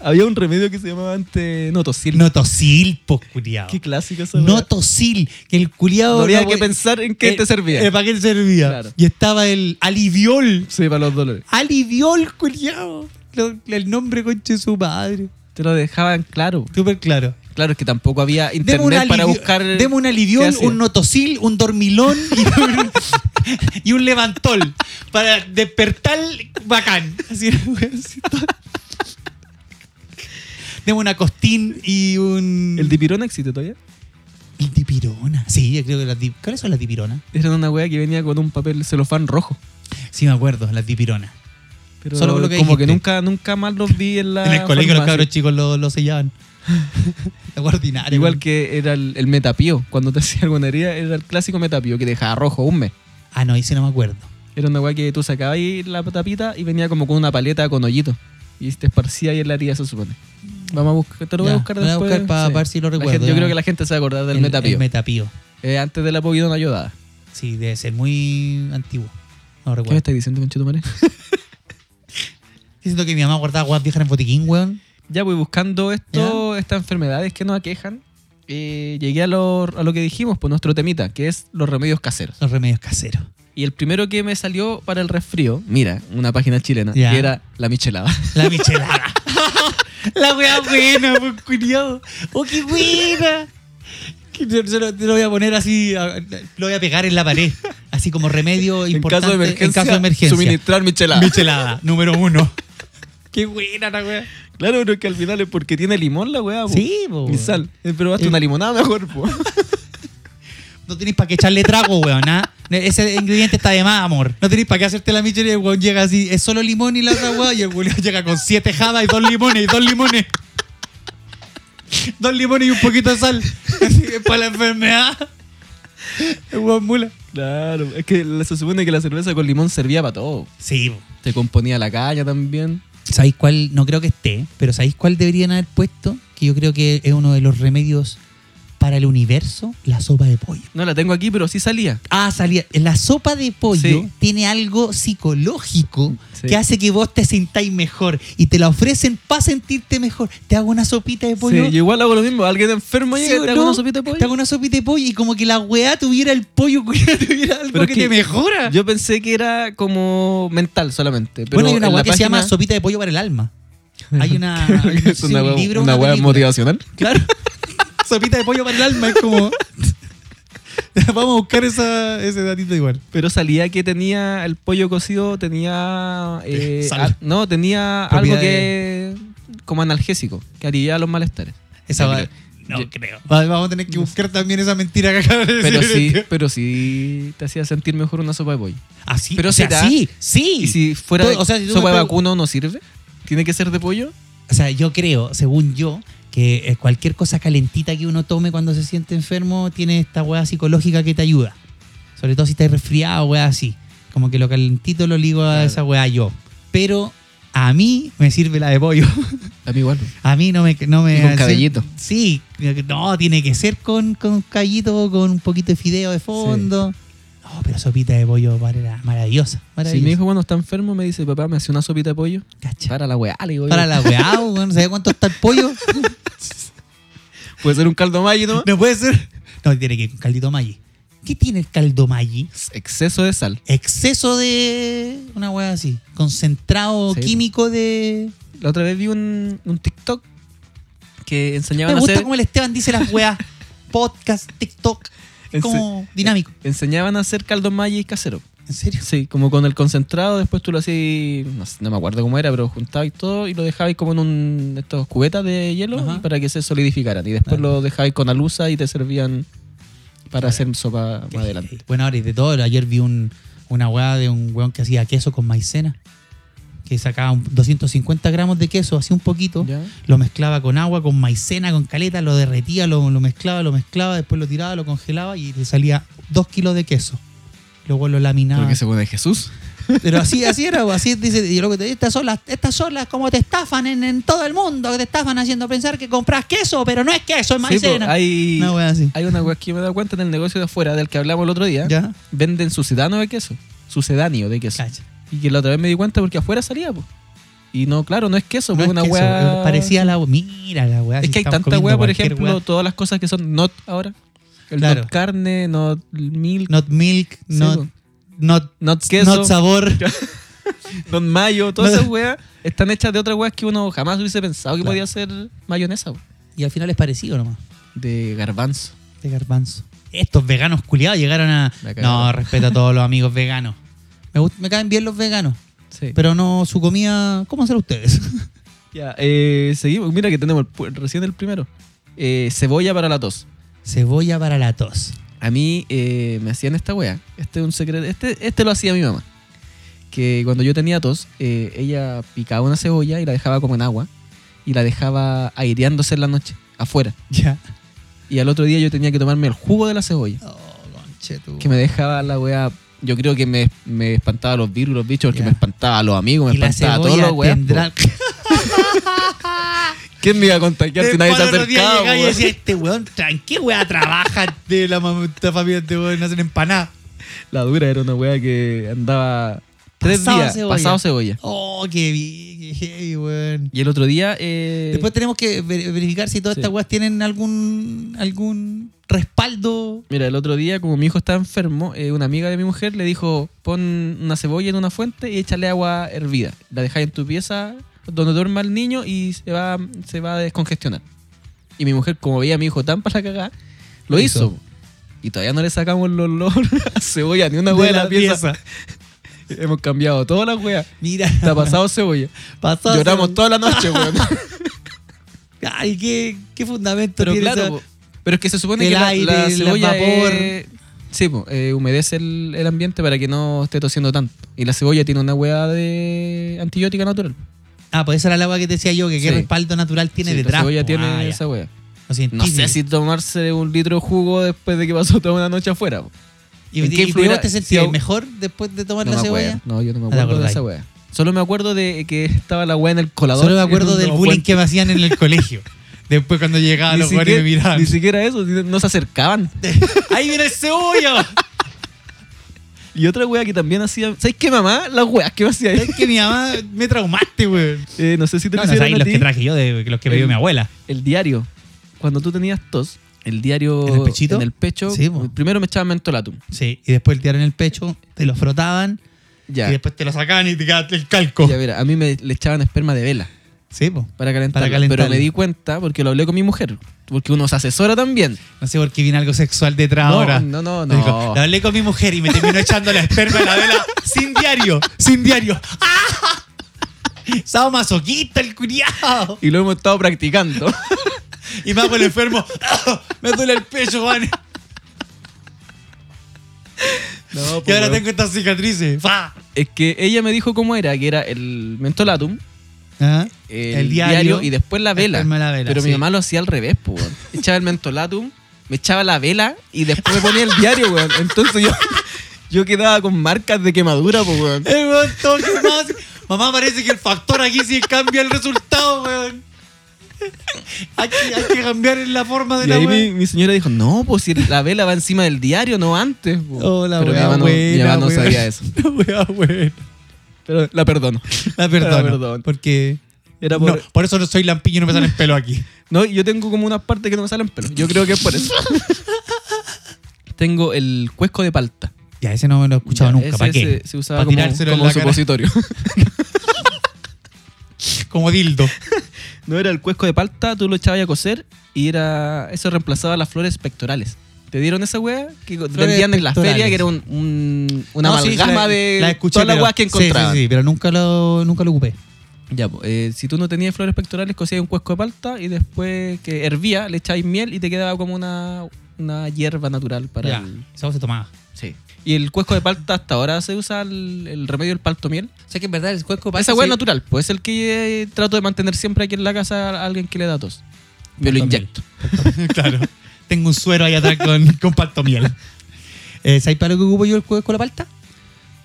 Speaker 2: Había un remedio que se llamaba antes notosil.
Speaker 3: Notosil, po, culiao.
Speaker 2: Qué clásico esa weá.
Speaker 3: Notosil, que el culiao...
Speaker 2: No había
Speaker 3: la
Speaker 2: que
Speaker 3: we-
Speaker 2: pensar en qué
Speaker 3: Eh,
Speaker 2: te servía.
Speaker 3: eh, ¿Para qué te servía?
Speaker 2: Claro.
Speaker 3: Y estaba el aliviol.
Speaker 2: sí, para los dolores.
Speaker 3: Aliviol, culiao. Lo- El nombre, conche, su madre.
Speaker 2: Te lo dejaban claro.
Speaker 3: Súper claro.
Speaker 2: Claro, es que tampoco había
Speaker 3: Deme un,
Speaker 2: internet para
Speaker 3: alivio-
Speaker 2: buscar.
Speaker 3: deme un
Speaker 2: ¿Qué
Speaker 3: aliviol,
Speaker 2: hacía?
Speaker 3: un notosil, un dormilón y un, y un levantol. Para despertar bacán. Así, güey, así todo. Deme una costín y un.
Speaker 2: ¿El dipirón existe todavía?
Speaker 3: el dipirona. Sí, yo creo que las dip- ¿Cuáles son las dipironas?
Speaker 2: Era una wea que venía con un papel celofán rojo.
Speaker 3: Sí, me acuerdo, las dipironas.
Speaker 2: Pero
Speaker 3: Solo por lo que
Speaker 2: como
Speaker 3: dijiste.
Speaker 2: que nunca, nunca más los vi en la.
Speaker 3: en el colegio los
Speaker 2: farmacia.
Speaker 3: cabros chicos lo, lo sellaban. La ordinaria.
Speaker 2: Igual
Speaker 3: güey.
Speaker 2: que era el, el metapío. Cuando te hacía alguna herida, era el clásico metapío que te dejaba rojo un mes.
Speaker 3: Ah, no, ese no me acuerdo.
Speaker 2: Era una weá que tú sacabas ahí la tapita y venía como con una paleta con hoyito. Y te esparcía ahí en la herida, se supone. Vamos a buscar, te lo voy a
Speaker 3: Ya,
Speaker 2: buscar
Speaker 3: lo voy a
Speaker 2: después.
Speaker 3: buscar pa- pa ver si lo
Speaker 2: La
Speaker 3: recuerdo,
Speaker 2: gente- yo
Speaker 3: ya.
Speaker 2: creo que la gente se va a acordar del
Speaker 3: El-
Speaker 2: metapío.
Speaker 3: El metapío.
Speaker 2: Eh, antes de la poquidona ayudada.
Speaker 3: Sí, debe ser muy antiguo. No
Speaker 2: ¿Qué me
Speaker 3: recuerdo.
Speaker 2: estás diciendo, conchetumare?
Speaker 3: Diciendo que mi mamá guardaba guas viejas en el botiquín, weón.
Speaker 2: Ya voy buscando esto, estas enfermedades que nos aquejan. eh, llegué a lo, a lo que dijimos por nuestro temita, que es los remedios caseros.
Speaker 3: Los remedios caseros.
Speaker 2: Y el primero que me salió para el resfrío, mira, una página chilena,
Speaker 3: Ya.
Speaker 2: que era la michelada.
Speaker 3: La michelada. la wea buena, pues, culiao. Oh, qué buena. Que yo- yo lo, te lo voy a poner así, a- lo voy a pegar en la pared. Así como remedio importante. en caso de emergencia.
Speaker 2: suministrar michelada.
Speaker 3: Michelada, número uno. qué buena la wea.
Speaker 2: Claro, pero es que al final es porque tiene limón la weá. po.
Speaker 3: Sí, po.
Speaker 2: Y sal. Eh, Pero hasta
Speaker 3: Eh.
Speaker 2: una limonada mejor, po.
Speaker 3: No tenéis para qué echarle trago, weón. ¿ah? Ese ingrediente está de más, amor. No tenéis para qué hacerte la michelada. El weón llega así, es solo limón y la otra weón. Y el weón llega con siete jabas y dos limones, y dos limones. Dos limones y un poquito de sal. Así que para la enfermedad. El weón mula.
Speaker 2: Claro, es que la- se supone que la cerveza con limón servía para todo.
Speaker 3: Sí,
Speaker 2: Te componía la caña también.
Speaker 3: ¿Sabéis cuál? No creo que esté, pero ¿sabéis cuál deberían haber puesto? Que yo creo que es uno de los remedios para el universo, la sopa de pollo.
Speaker 2: No la tengo aquí, pero sí salía.
Speaker 3: Ah, salía. La sopa de pollo
Speaker 2: Sí.
Speaker 3: tiene algo psicológico
Speaker 2: Sí.
Speaker 3: que hace que vos te sintáis mejor y te la ofrecen para sentirte mejor. Te hago una sopita de
Speaker 2: Sí,
Speaker 3: pollo.
Speaker 2: pues yo igual hago lo mismo. Alguien enfermo
Speaker 3: ¿Sí
Speaker 2: llega y
Speaker 3: o
Speaker 2: te hago
Speaker 3: no?
Speaker 2: una sopita de pollo.
Speaker 3: Te hago una sopita de pollo y como que la weá tuviera el pollo, culiao, tuviera algo
Speaker 2: Pero es
Speaker 3: que,
Speaker 2: que
Speaker 3: te mejora.
Speaker 2: Yo pensé que era como mental solamente. Pero
Speaker 3: bueno, hay una
Speaker 2: en la
Speaker 3: weá que se llama
Speaker 2: página-
Speaker 3: sopita de pollo para el alma. Hay una. hay un-
Speaker 2: es una
Speaker 3: un
Speaker 2: weá-
Speaker 3: libro,
Speaker 2: una
Speaker 3: una
Speaker 2: weá
Speaker 3: película.
Speaker 2: motivacional.
Speaker 3: Claro. sopita de pollo para el alma es como. Vamos a buscar esa, ese datito igual.
Speaker 2: Pero salía que tenía el pollo cocido, tenía. eh,
Speaker 3: Sal.
Speaker 2: al- no, tenía algo que.
Speaker 3: Propiedades.
Speaker 2: como analgésico, que alivia los malestares.
Speaker 3: Esa
Speaker 2: No
Speaker 3: va-
Speaker 2: creo. Yo-
Speaker 3: creo. Va- Vamos a tener que buscar también esa mentira que acabas de decir.
Speaker 2: Pero sí, pero sí te hacía sentir mejor una sopa de pollo.
Speaker 3: Así.
Speaker 2: pero
Speaker 3: o sea,
Speaker 2: será-
Speaker 3: sí, sí.
Speaker 2: Y si fuera
Speaker 3: Todo-
Speaker 2: de-
Speaker 3: o sea, si tú
Speaker 2: sopa
Speaker 3: me
Speaker 2: de
Speaker 3: pregun-
Speaker 2: vacuno, ¿no sirve? ¿Tiene que ser de pollo?
Speaker 3: O sea, yo creo, según yo, que eh, cualquier cosa calentita que uno tome cuando se siente enfermo tiene esta hueá psicológica que te ayuda. Sobre todo si estás resfriado, hueá así. Como que lo calentito lo ligo a
Speaker 2: Claro.
Speaker 3: esa hueá yo. Pero a mí me sirve la de pollo.
Speaker 2: A mí igual.
Speaker 3: A mí no me... No me
Speaker 2: Y con
Speaker 3: sí,
Speaker 2: cabellito.
Speaker 3: Sí, no, tiene que ser con, con cabellito, con un poquito de fideo de fondo. No, pero sopita de pollo mara- maravillosa.
Speaker 2: Si
Speaker 3: maravillosa.
Speaker 2: mi hijo cuando está enfermo me dice, papá, me hace una sopita de pollo.
Speaker 3: Cacha.
Speaker 2: Para la weá, le digo. yo.
Speaker 3: Para la weá, weón, ¿sabes cuánto está el pollo?
Speaker 2: Puede ser un caldo mayo, ¿no?
Speaker 3: No puede ser. No, tiene que ir con caldito Maggi. ¿Qué tiene el caldo Maggi?
Speaker 2: Exceso de sal.
Speaker 3: Exceso de. Una weá así. Concentrado
Speaker 2: Sí,
Speaker 3: químico de.
Speaker 2: La otra vez vi un, un TikTok que
Speaker 3: Me
Speaker 2: enseñaban a
Speaker 3: gusta
Speaker 2: hacer.
Speaker 3: como el Esteban dice las weas. Podcast, TikTok. Es
Speaker 2: En
Speaker 3: como dinámico.
Speaker 2: Enseñaban a hacer caldo mayo casero.
Speaker 3: ¿En serio?
Speaker 2: Sí, como con el concentrado, después tú lo hacías, no, sé, no me acuerdo cómo era, pero juntabais todo y lo dejabais como en un de estos cubetas de hielo
Speaker 3: Ajá.
Speaker 2: y para que se solidificaran. Y después
Speaker 3: Claro.
Speaker 2: lo dejabais con alusa y te servían para hacer sopa
Speaker 3: Qué
Speaker 2: más adelante.
Speaker 3: heavy. Bueno, ahora y de todo, ayer vi un, una weá de un weón que hacía queso con maicena. Que sacaba un- 250 gramos de queso, hacía un poquito.
Speaker 2: ¿Ya?
Speaker 3: lo mezclaba con agua, con maicena, con caleta, lo derretía, lo, lo mezclaba, lo mezclaba, después lo tiraba, lo congelaba y le salía dos kilos de queso. Luego lo laminaba.
Speaker 2: Porque se pone Jesús.
Speaker 3: Pero así, así era, bo, así dice, y luego te- estas son las, estas son las como te estafan en, en todo el mundo, que te estafan haciendo pensar que compras queso, pero no es queso, es
Speaker 2: Sí, po,
Speaker 3: maicena.
Speaker 2: hay,
Speaker 3: Una wea así.
Speaker 2: hay una wea que me he dado cuenta en el negocio de afuera del que hablamos el otro día.
Speaker 3: Ya.
Speaker 2: Venden sucedáneo de queso. Sucedáneo de queso.
Speaker 3: Cacha.
Speaker 2: Y que la otra vez me di cuenta porque afuera salía, po. Y no, claro, no es queso,
Speaker 3: No
Speaker 2: pues
Speaker 3: es
Speaker 2: una
Speaker 3: queso,
Speaker 2: wea-
Speaker 3: Parecía la Mira la weá.
Speaker 2: Es que hay tanta weá, por ejemplo, todas las cosas que son not ahora. El
Speaker 3: Claro.
Speaker 2: not carne, not milk,
Speaker 3: Not milk,
Speaker 2: Sí,
Speaker 3: not,
Speaker 2: po.
Speaker 3: not,
Speaker 2: not queso,
Speaker 3: not sabor.
Speaker 2: not mayo. Todas
Speaker 3: No.
Speaker 2: esas weas están hechas de otras weas que uno jamás hubiese pensado que
Speaker 3: Claro.
Speaker 2: podía ser mayonesa. po.
Speaker 3: Y al final es parecido nomás.
Speaker 2: De garbanzo.
Speaker 3: de garbanzo. Estos veganos culiados llegaron a.
Speaker 2: La cagaron.
Speaker 3: No, respeto a todos los amigos veganos. Me, gust- me caen bien los veganos,
Speaker 2: Sí.
Speaker 3: pero no su comida. ¿Cómo hacen ustedes?
Speaker 2: ya, eh, seguimos. Mira que tenemos el pu- recién el primero. Eh, cebolla para la tos.
Speaker 3: Cebolla para la tos.
Speaker 2: A mí eh, me hacían esta wea. Este es un secreto. Este, este lo hacía mi mamá. Que cuando yo tenía tos, eh, ella picaba una cebolla y la dejaba como en agua. Y la dejaba aireándose en la noche, afuera.
Speaker 3: Ya.
Speaker 2: Y al otro día yo tenía que tomarme el jugo de la cebolla.
Speaker 3: Oh, conche tú.
Speaker 2: Que me dejaba la wea. Yo creo que me, me espantaba los virus, los bichos, porque
Speaker 3: Ya.
Speaker 2: me espantaba a los amigos, me
Speaker 3: y la
Speaker 2: espantaba a todos los
Speaker 3: cebolla
Speaker 2: weas.
Speaker 3: tendrá.
Speaker 2: po. ¿Quién me iba a contagiar si nadie se
Speaker 3: Después al Eh, otro día
Speaker 2: acercaba?
Speaker 3: llegaba y
Speaker 2: weón?
Speaker 3: decía, este weón, ¿en qué wea trabaja? De la, mam- esta familia, este weón, hacen empanada.
Speaker 2: La dura era una weá que andaba tres
Speaker 3: Pasado
Speaker 2: días
Speaker 3: cebolla.
Speaker 2: pasado cebolla.
Speaker 3: Oh, qué, vi- qué heavy, weón.
Speaker 2: Y el otro día. eh,
Speaker 3: Después tenemos que ver- verificar si todas
Speaker 2: Sí.
Speaker 3: estas weas tienen algún algún respaldo.
Speaker 2: Mira, el otro día, como mi hijo estaba enfermo, eh, una amiga de mi mujer le dijo: pon una cebolla en una fuente y échale agua hervida. La dejáis en tu pieza donde duerma el niño y se va, se va a descongestionar. Y mi mujer, como veía a mi hijo tan para la cagada, lo
Speaker 3: Lo
Speaker 2: hizo.
Speaker 3: hizo.
Speaker 2: Y todavía no le sacamos el olor a cebolla, ni una hueá de la, pieza. Hemos cambiado todas las weas.
Speaker 3: Mira,
Speaker 2: Te ha pasado cebolla.
Speaker 3: pasado
Speaker 2: Lloramos
Speaker 3: cebolla.
Speaker 2: toda la noche, weón.
Speaker 3: Ay, qué, qué fundamento
Speaker 2: Pero
Speaker 3: tiene
Speaker 2: claro,
Speaker 3: esa-
Speaker 2: po. pero es que se supone
Speaker 3: el
Speaker 2: que la,
Speaker 3: aire,
Speaker 2: la
Speaker 3: el
Speaker 2: cebolla
Speaker 3: vapor.
Speaker 2: es- sí, po, eh, humedece el, el ambiente para que no esté tosiendo tanto. Y la cebolla tiene una hueá de antibiótica natural.
Speaker 3: Ah, pues esa era la agua que te decía yo, que qué
Speaker 2: Sí.
Speaker 3: respaldo natural tiene
Speaker 2: Sí,
Speaker 3: detrás.
Speaker 2: La cebolla
Speaker 3: po.
Speaker 2: tiene
Speaker 3: Ah, ya.
Speaker 2: esa hueá.
Speaker 3: Lo
Speaker 2: No
Speaker 3: científico.
Speaker 2: sé si tomarse un litro de jugo después de que pasó toda una noche afuera. po.
Speaker 3: ¿Y,
Speaker 2: ¿en
Speaker 3: y-
Speaker 2: qué
Speaker 3: y
Speaker 2: influirá?
Speaker 3: vos te
Speaker 2: Si
Speaker 3: sentías
Speaker 2: aún-
Speaker 3: mejor después de tomar
Speaker 2: No
Speaker 3: la
Speaker 2: me
Speaker 3: cebolla?
Speaker 2: acuerdo. No, yo no me
Speaker 3: Ah, te
Speaker 2: acuerdo de
Speaker 3: acordáis.
Speaker 2: esa hueá. Solo me acuerdo de que estaba la hueá en el colador.
Speaker 3: Solo me acuerdo
Speaker 2: En
Speaker 3: del
Speaker 2: una
Speaker 3: bullying
Speaker 2: fuente.
Speaker 3: que me hacían en el colegio. Después cuando llegaba
Speaker 2: ni
Speaker 3: los jugadores me
Speaker 2: siquiera,
Speaker 3: miraban.
Speaker 2: ni siquiera eso, no se acercaban.
Speaker 3: ¡Ahí viene el cebolla!
Speaker 2: Y otra wea que también hacía. ¿Sabes qué, mamá? Las weas que me hacía
Speaker 3: es que mi mamá me traumaste, weón.
Speaker 2: Eh, no sé si te
Speaker 3: No,
Speaker 2: lo
Speaker 3: no
Speaker 2: hicieron
Speaker 3: sabéis
Speaker 2: a
Speaker 3: los
Speaker 2: ti.
Speaker 3: que traje yo, de los que me dio
Speaker 2: El-
Speaker 3: mi abuela.
Speaker 2: El diario. Cuando tú tenías tos, el diario.
Speaker 3: ¿En el pechito?
Speaker 2: en el pecho,
Speaker 3: Sí, po.
Speaker 2: primero me echaban mentolatum.
Speaker 3: Sí, y después el tiraron en el pecho, te lo frotaban
Speaker 2: Ya.
Speaker 3: y después te lo sacaban y te quedaste el calco.
Speaker 2: Ya, mira, a mí me le echaban esperma de vela
Speaker 3: Sí, pues.
Speaker 2: para calentar.
Speaker 3: Para calentarlo.
Speaker 2: Pero me di cuenta porque lo hablé con mi mujer. Porque uno se asesora también.
Speaker 3: No sé por qué viene algo sexual detrás
Speaker 2: No,
Speaker 3: ahora.
Speaker 2: no, no,
Speaker 3: Me
Speaker 2: no.
Speaker 3: dijo, "La hablé con mi mujer y me terminó echando la esperma en la vela sin diario, sin diario. ¡Ah! Sábado masoquista el curiado.
Speaker 2: Y lo hemos estado practicando.
Speaker 3: Y me hago el enfermo. ¡Ah! Me duele el pecho, Juan.
Speaker 2: No, po,
Speaker 3: Y ahora
Speaker 2: pues, weón.
Speaker 3: tengo estas cicatrices. ¡Fa!
Speaker 2: Es que ella me dijo cómo era, que era el mentolatum,
Speaker 3: ¿Ah?
Speaker 2: el, diario, y después la vela.
Speaker 3: esperma de la vela,
Speaker 2: Pero mi
Speaker 3: sí.
Speaker 2: mamá lo hacía al revés, po, weón. Echaba el mentolatum, me echaba la vela y después me ponía el diario, weón. Entonces yo, yo quedaba con marcas de quemadura, po, weón.
Speaker 3: El weón todo quemado, así. Mamá, parece que el factor aquí sí cambia el resultado, weón. Hay que, hay que cambiar la forma de
Speaker 2: Y
Speaker 3: la
Speaker 2: ahí mi,
Speaker 3: weón.
Speaker 2: mi señora dijo, no, pues si la vela va encima del diario, no antes. po".
Speaker 3: Oh, la
Speaker 2: Pero mi
Speaker 3: weá
Speaker 2: mamá no, mi
Speaker 3: buena,
Speaker 2: mamá no
Speaker 3: weón.
Speaker 2: sabía eso.
Speaker 3: La weá, weón.
Speaker 2: Pero la perdono.
Speaker 3: La perdono.
Speaker 2: La perdono.
Speaker 3: Porque.
Speaker 2: Era
Speaker 3: No,
Speaker 2: por...
Speaker 3: por eso no soy lampiño y no me salen pelo aquí.
Speaker 2: No, yo tengo como unas partes que no me salen pelo. Yo creo que es por eso. tengo el cuesco de palta.
Speaker 3: Ya, ese no me lo he escuchado
Speaker 2: Ya,
Speaker 3: nunca.
Speaker 2: ese
Speaker 3: ¿Para qué?
Speaker 2: Se, se usaba
Speaker 3: Pa'
Speaker 2: como,
Speaker 3: tirárselo en
Speaker 2: como
Speaker 3: la cara.
Speaker 2: supositorio.
Speaker 3: Como dildo.
Speaker 2: No era el cuesco de palta, tú lo echabas a cocer y era eso reemplazaba las flores pectorales. ¿Te dieron esa wea? Que vendían en las
Speaker 3: pectorales.
Speaker 2: ferias, que era un, un- una
Speaker 3: No, sí,
Speaker 2: amalgama
Speaker 3: la-
Speaker 2: de
Speaker 3: la escuché,
Speaker 2: todas las
Speaker 3: pero-
Speaker 2: weas que
Speaker 3: sí, sí,
Speaker 2: encontraban.
Speaker 3: Sí, pero nunca lo, nunca lo ocupé.
Speaker 2: Ya, po, eh, si tú no tenías flores pectorales, cocías un cuesco de palta y después que hervía, le echabas miel y te quedaba como una, una hierba natural para
Speaker 3: Ya,
Speaker 2: el-
Speaker 3: esa voz se tomaba.
Speaker 2: Sí. Y el cuesco de palta hasta ahora se usa el, el remedio del palto miel.
Speaker 3: O sea que en verdad el cuesco
Speaker 2: Esa hueá es natural, pues es el que eh, trato de mantener siempre aquí en la casa a alguien que le da tos. Me lo
Speaker 3: Paltomiel.
Speaker 2: inyecto.
Speaker 3: claro. Tengo un suero ahí atrás con, con palto miel. Eh, ¿Sabes para lo que ocupo yo el cuesco con la palta?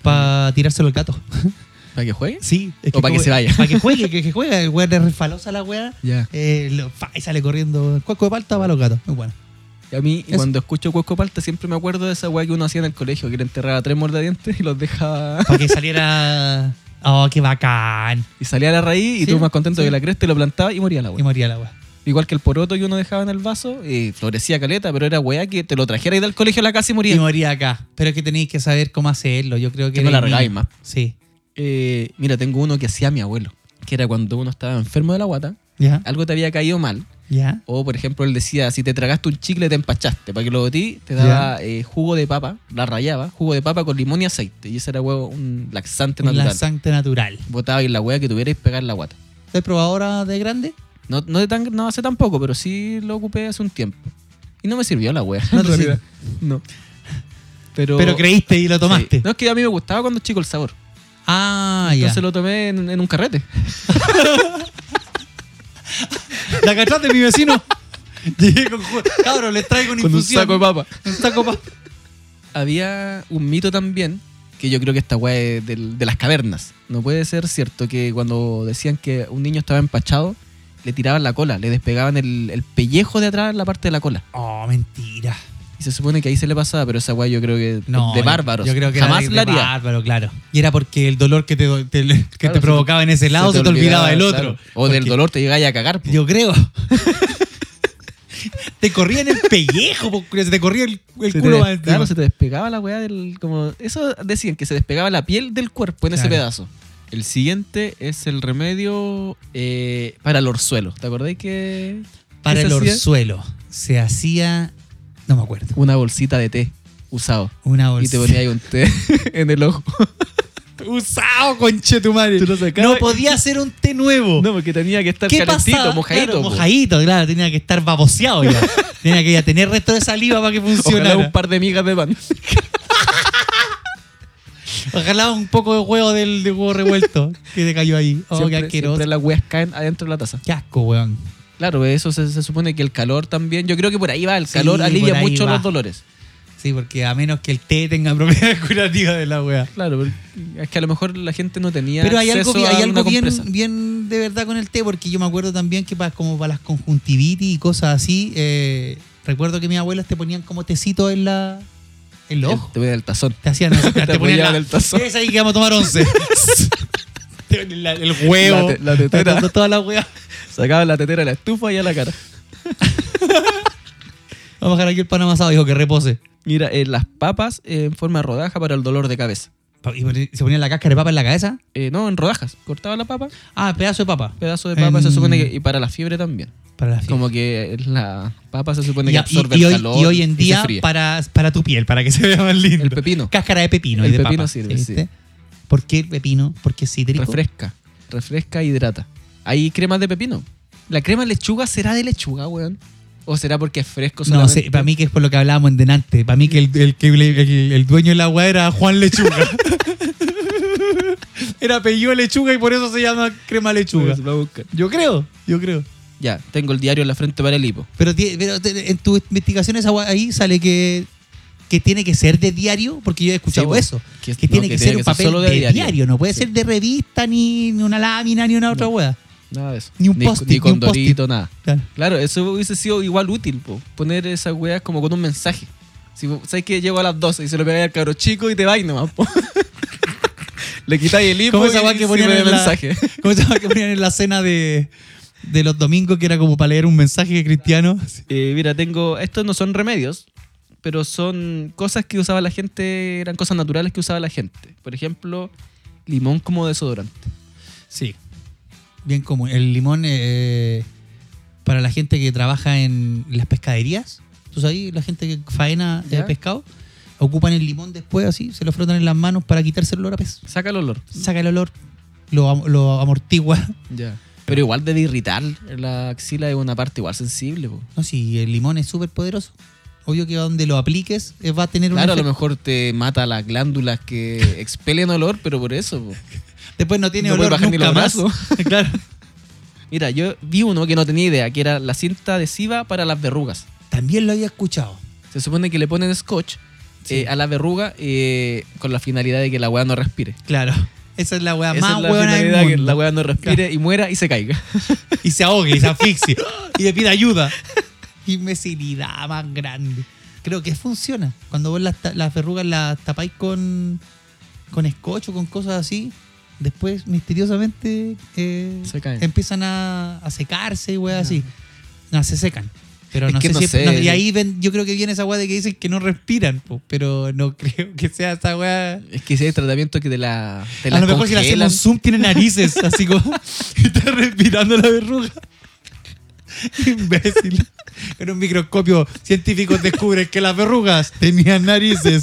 Speaker 3: Para tirárselo al gato.
Speaker 2: ¿Para que juegue?
Speaker 3: Sí. es
Speaker 2: O pa' que
Speaker 3: como-
Speaker 2: se vaya.
Speaker 3: Para que juegue, que, que juegue. El weón es refalosa la weá.
Speaker 2: Ya.
Speaker 3: Eh, lo- fa, y sale corriendo. El cuesco de palta para los gatos. Muy bueno.
Speaker 2: Y a mí,
Speaker 3: Eso.
Speaker 2: cuando escucho cuesco de palta, siempre me acuerdo de esa hueá que uno hacía en el colegio, que le enterraba tres mordadientes y los dejaba.
Speaker 3: Para que saliera. Oh, qué bacán.
Speaker 2: Y salía a la raíz y
Speaker 3: Sí,
Speaker 2: tú más contento
Speaker 3: sí.
Speaker 2: que la cresta y lo plantaba y moría la
Speaker 3: Y
Speaker 2: hueá.
Speaker 3: moría la weá.
Speaker 2: Igual que el poroto que uno dejaba en el vaso, eh, florecía caleta, pero era hueá que te lo trajera y del colegio a la casa y
Speaker 3: Y
Speaker 2: moría.
Speaker 3: moría acá. Pero es que tenéis que saber cómo hacerlo. Yo creo
Speaker 2: Que
Speaker 3: que.
Speaker 2: no
Speaker 3: eres
Speaker 2: la regáis
Speaker 3: niño.
Speaker 2: más.
Speaker 3: Sí.
Speaker 2: Eh, mira, tengo uno que hacía mi abuelo, que era cuando uno estaba enfermo de la guata,
Speaker 3: Ya.
Speaker 2: algo te había caído mal,
Speaker 3: Ya.
Speaker 2: o por ejemplo él decía, si te tragaste un chicle te empachaste, para que lo botí, te daba eh, jugo de papa, la rayaba, jugo de papa con limón y aceite, y ese era huevo, un laxante
Speaker 3: Un
Speaker 2: natural.
Speaker 3: laxante natural.
Speaker 2: Botaba ahí la hueá que tuvierais pegar en la guata.
Speaker 3: ¿Te has probado ahora de grande?
Speaker 2: No, no, de tan, no hace tampoco, pero sí lo ocupé hace un tiempo. Y no me sirvió la hueá.
Speaker 3: No
Speaker 2: en
Speaker 3: te
Speaker 2: realidad. No. Pero,
Speaker 3: Pero creíste y lo tomaste.
Speaker 2: Sí. No, es que a mí me gustaba cuando chico el sabor.
Speaker 3: Ah,
Speaker 2: Entonces
Speaker 3: ya.
Speaker 2: lo tomé en, en un carrete.
Speaker 3: La cachaste, mi vecino. Llegué con jue- Cabro, les traigo una
Speaker 2: Con un
Speaker 3: infusión.
Speaker 2: saco de papa.
Speaker 3: Un saco pa-
Speaker 2: Había un mito también, que yo creo que esta weá es del- de las cavernas. No puede ser cierto que cuando decían que un niño estaba empachado, le tiraban la cola, le despegaban el, el pellejo de atrás en la parte de la cola.
Speaker 3: Oh, mentira.
Speaker 2: Y se supone que ahí se le pasaba, pero esa weá yo creo que
Speaker 3: No,
Speaker 2: de
Speaker 3: yo-
Speaker 2: bárbaros.
Speaker 3: Yo creo que
Speaker 2: Jamás
Speaker 3: era de,
Speaker 2: la
Speaker 3: de
Speaker 2: haría.
Speaker 3: bárbaro, claro. Y era porque el dolor que te, do- te- que
Speaker 2: Claro,
Speaker 3: te
Speaker 2: se
Speaker 3: provocaba en ese lado se te, olvidaba, del otro.
Speaker 2: claro. O del
Speaker 3: Porque
Speaker 2: dolor te llegáis a cagar. po.
Speaker 3: Yo creo. te corría en el pellejo, po, se te corría el, el
Speaker 2: Se te
Speaker 3: culo
Speaker 2: des-
Speaker 3: más encima.
Speaker 2: claro, se te despegaba la weá del. Como, eso decían, que se despegaba la piel del cuerpo en ese
Speaker 3: Claro.
Speaker 2: pedazo. El siguiente es el remedio eh, para el orzuelo. ¿Te acordáis que.?
Speaker 3: Para
Speaker 2: que
Speaker 3: el
Speaker 2: se hacía?
Speaker 3: orzuelo se hacía. No me acuerdo.
Speaker 2: Una bolsita de té usado.
Speaker 3: Una bolsa.
Speaker 2: Y te ponía ahí un té en el ojo.
Speaker 3: Usado, conche tu madre.
Speaker 2: Tú lo sacabas
Speaker 3: No
Speaker 2: y-
Speaker 3: podía ser un té nuevo.
Speaker 2: No, porque tenía que estar
Speaker 3: ¿Qué
Speaker 2: calentito,
Speaker 3: pasaba?
Speaker 2: mojadito.
Speaker 3: Claro,
Speaker 2: po.
Speaker 3: mojadito, claro. Tenía que estar baboseado ya. tenía que ya tener resto de saliva para que
Speaker 2: Ojalá
Speaker 3: funcionara.
Speaker 2: un par de migas de pan.
Speaker 3: Ojalá un poco de huevo del de huevo revuelto que te cayó ahí. Oh,
Speaker 2: siempre,
Speaker 3: qué asqueroso.
Speaker 2: siempre las weas caen adentro de la taza.
Speaker 3: Qué asco, weón.
Speaker 2: Claro, eso se, se supone que el calor también. Yo creo que por ahí va, el
Speaker 3: Sí,
Speaker 2: calor alivia
Speaker 3: por ahí
Speaker 2: mucho
Speaker 3: va.
Speaker 2: los dolores.
Speaker 3: Sí, porque a menos que el té tenga propiedades curativas de la wea.
Speaker 2: Claro, pero es que a lo mejor la gente no tenía.
Speaker 3: Pero hay algo,
Speaker 2: acceso
Speaker 3: bi-
Speaker 2: a
Speaker 3: hay
Speaker 2: una
Speaker 3: algo bien,
Speaker 2: compresa.
Speaker 3: bien de verdad con el té, porque yo me acuerdo también que para, como para las conjuntivitis y cosas así, eh, recuerdo que mis abuelas te ponían como tecito en la en los ojos.
Speaker 2: Te voy del tazón.
Speaker 3: Te hacían así, te,
Speaker 2: Te
Speaker 3: ponían
Speaker 2: apoyaban
Speaker 3: la-
Speaker 2: el tazón.
Speaker 3: Es ahí que vamos a tomar once. Te ponían la- el huevo.
Speaker 2: La te- la tetera.
Speaker 3: to- Toda la wea.
Speaker 2: Sacaba la tetera de la estufa y a la cara.
Speaker 3: Vamos a dejar aquí el pan amasado, dijo que repose.
Speaker 2: Mira, eh, las papas eh, en forma de rodaja para el dolor de cabeza.
Speaker 3: Pa- y poni- se ponían la cáscara de papa en la cabeza.
Speaker 2: Eh, no, en rodajas. Cortaba la papa,
Speaker 3: Ah, pedazo de papa.
Speaker 2: pedazo de papa, se
Speaker 3: En-
Speaker 2: supone que. Y para la fiebre también.
Speaker 3: Para la fiebre.
Speaker 2: Como que la papa se supone
Speaker 3: Y-
Speaker 2: que
Speaker 3: y-
Speaker 2: absorbe
Speaker 3: y,
Speaker 2: el
Speaker 3: hoy,
Speaker 2: calor.
Speaker 3: y hoy en
Speaker 2: se
Speaker 3: día,
Speaker 2: fríe.
Speaker 3: para, para tu piel, para que se vea más lindo.
Speaker 2: El pepino.
Speaker 3: Cáscara de pepino.
Speaker 2: El
Speaker 3: y de
Speaker 2: pepino
Speaker 3: papa,
Speaker 2: sirve,
Speaker 3: ¿viste? ¿Por qué el pepino? Porque es cítrico.
Speaker 2: Refresca, refresca, e hidrata. Hay cremas de pepino. ¿La crema de lechuga será de lechuga, weón? ¿O será porque es fresco
Speaker 3: No
Speaker 2: solamente?
Speaker 3: sé, para mí que es por lo que hablábamos en delante. Para mí que el, el, que- el, el- el dueño de la agua era Juan Lechuga. era apellido Lechuga y por eso se llama crema lechuga.
Speaker 2: Voy a buscar.
Speaker 3: Yo creo, yo creo.
Speaker 2: Ya, tengo el diario en la frente para el hipo.
Speaker 3: Pero, ti- pero te- en tus investigaciones agua- ahí sale que, que tiene que ser de diario, porque yo he escuchado
Speaker 2: pues,
Speaker 3: eso.
Speaker 2: que-
Speaker 3: Que,
Speaker 2: no,
Speaker 3: tiene
Speaker 2: que tiene
Speaker 3: que, ser
Speaker 2: que
Speaker 3: un
Speaker 2: ser
Speaker 3: papel
Speaker 2: solo de
Speaker 3: de, diario.
Speaker 2: diario.
Speaker 3: no puede
Speaker 2: Sí.
Speaker 3: ser de revista, ni, ni una lámina, ni una otra
Speaker 2: No.
Speaker 3: hueá.
Speaker 2: Nada de eso.
Speaker 3: Ni un
Speaker 2: con-
Speaker 3: post-it,
Speaker 2: Ni
Speaker 3: ni
Speaker 2: con
Speaker 3: un post-it.
Speaker 2: dorito, nada.
Speaker 3: Claro.
Speaker 2: Claro, eso hubiese sido igual útil, po. Poner esas weas como con un mensaje. Si vos- sabes que llego a las 12 y se lo pegáis al cabro chico y te vais nomás, po. Le quitáis el hipo
Speaker 3: ¿Cómo esa
Speaker 2: y
Speaker 3: hueá que
Speaker 2: sirve
Speaker 3: ponían
Speaker 2: de
Speaker 3: en la,
Speaker 2: mensaje.
Speaker 3: ¿Cómo esa hueá que ponían en la cena de, de los domingos que era como para leer un mensaje cristiano?
Speaker 2: Eh, mira, tengo. Estos no son remedios, pero son cosas que usaba la gente, eran cosas naturales que usaba la gente. Por ejemplo, limón como desodorante.
Speaker 3: Sí. Bien común. El limón eh, para la gente que trabaja en las pescaderías, tú sabes, la gente que faena de
Speaker 2: Ya.
Speaker 3: pescado, ocupan el limón después así, se lo frotan en las manos para quitarse el olor a pez.
Speaker 2: Saca el olor.
Speaker 3: Saca el olor, lo, am- lo amortigua.
Speaker 2: Ya. Pero igual debe irritar la axila es una parte igual sensible, po.
Speaker 3: No, sí, el limón es súper poderoso. Obvio que donde lo apliques eh, va a tener un
Speaker 2: Claro, a lo
Speaker 3: efecto.
Speaker 2: mejor te mata las glándulas que expelen olor, pero por eso, po.
Speaker 3: Después no tiene
Speaker 2: No puede
Speaker 3: olor
Speaker 2: bajar ni
Speaker 3: nunca
Speaker 2: los
Speaker 3: más. claro.
Speaker 2: Mira, yo vi uno que no tenía idea, que era la cinta adhesiva para las verrugas.
Speaker 3: También lo había escuchado.
Speaker 2: Se supone que le ponen scotch
Speaker 3: Sí.
Speaker 2: eh, a la verruga eh, con la finalidad de que la weá no respire.
Speaker 3: Claro. Esa es la weá
Speaker 2: Esa
Speaker 3: más
Speaker 2: es la
Speaker 3: hueona del
Speaker 2: finalidad,
Speaker 3: mundo.
Speaker 2: que la weá no respire y muera y se caiga.
Speaker 3: y se ahogue y se asfixie y le pide ayuda. Imbecilidad más grande. Creo que funciona. Cuando vos las, ta- las verrugas las tapáis con, con escocho, con cosas así, después misteriosamente eh,
Speaker 2: Se caen.
Speaker 3: empiezan a, a secarse y weas así. No, se secan. Pero
Speaker 2: Es
Speaker 3: no
Speaker 2: que
Speaker 3: sé
Speaker 2: no
Speaker 3: si-
Speaker 2: sé.
Speaker 3: no, y ahí ven, yo creo que viene esa wea de que dicen que no respiran, po, pero no creo que sea esa wea.
Speaker 2: Es que ese tratamiento que te la. Te
Speaker 3: a
Speaker 2: las
Speaker 3: lo mejor si la
Speaker 2: congelan.
Speaker 3: hacemos zoom tiene narices, así como y está respirando la verruga. Imbécil. En un microscopio, científicos descubren que las verrugas tenían narices.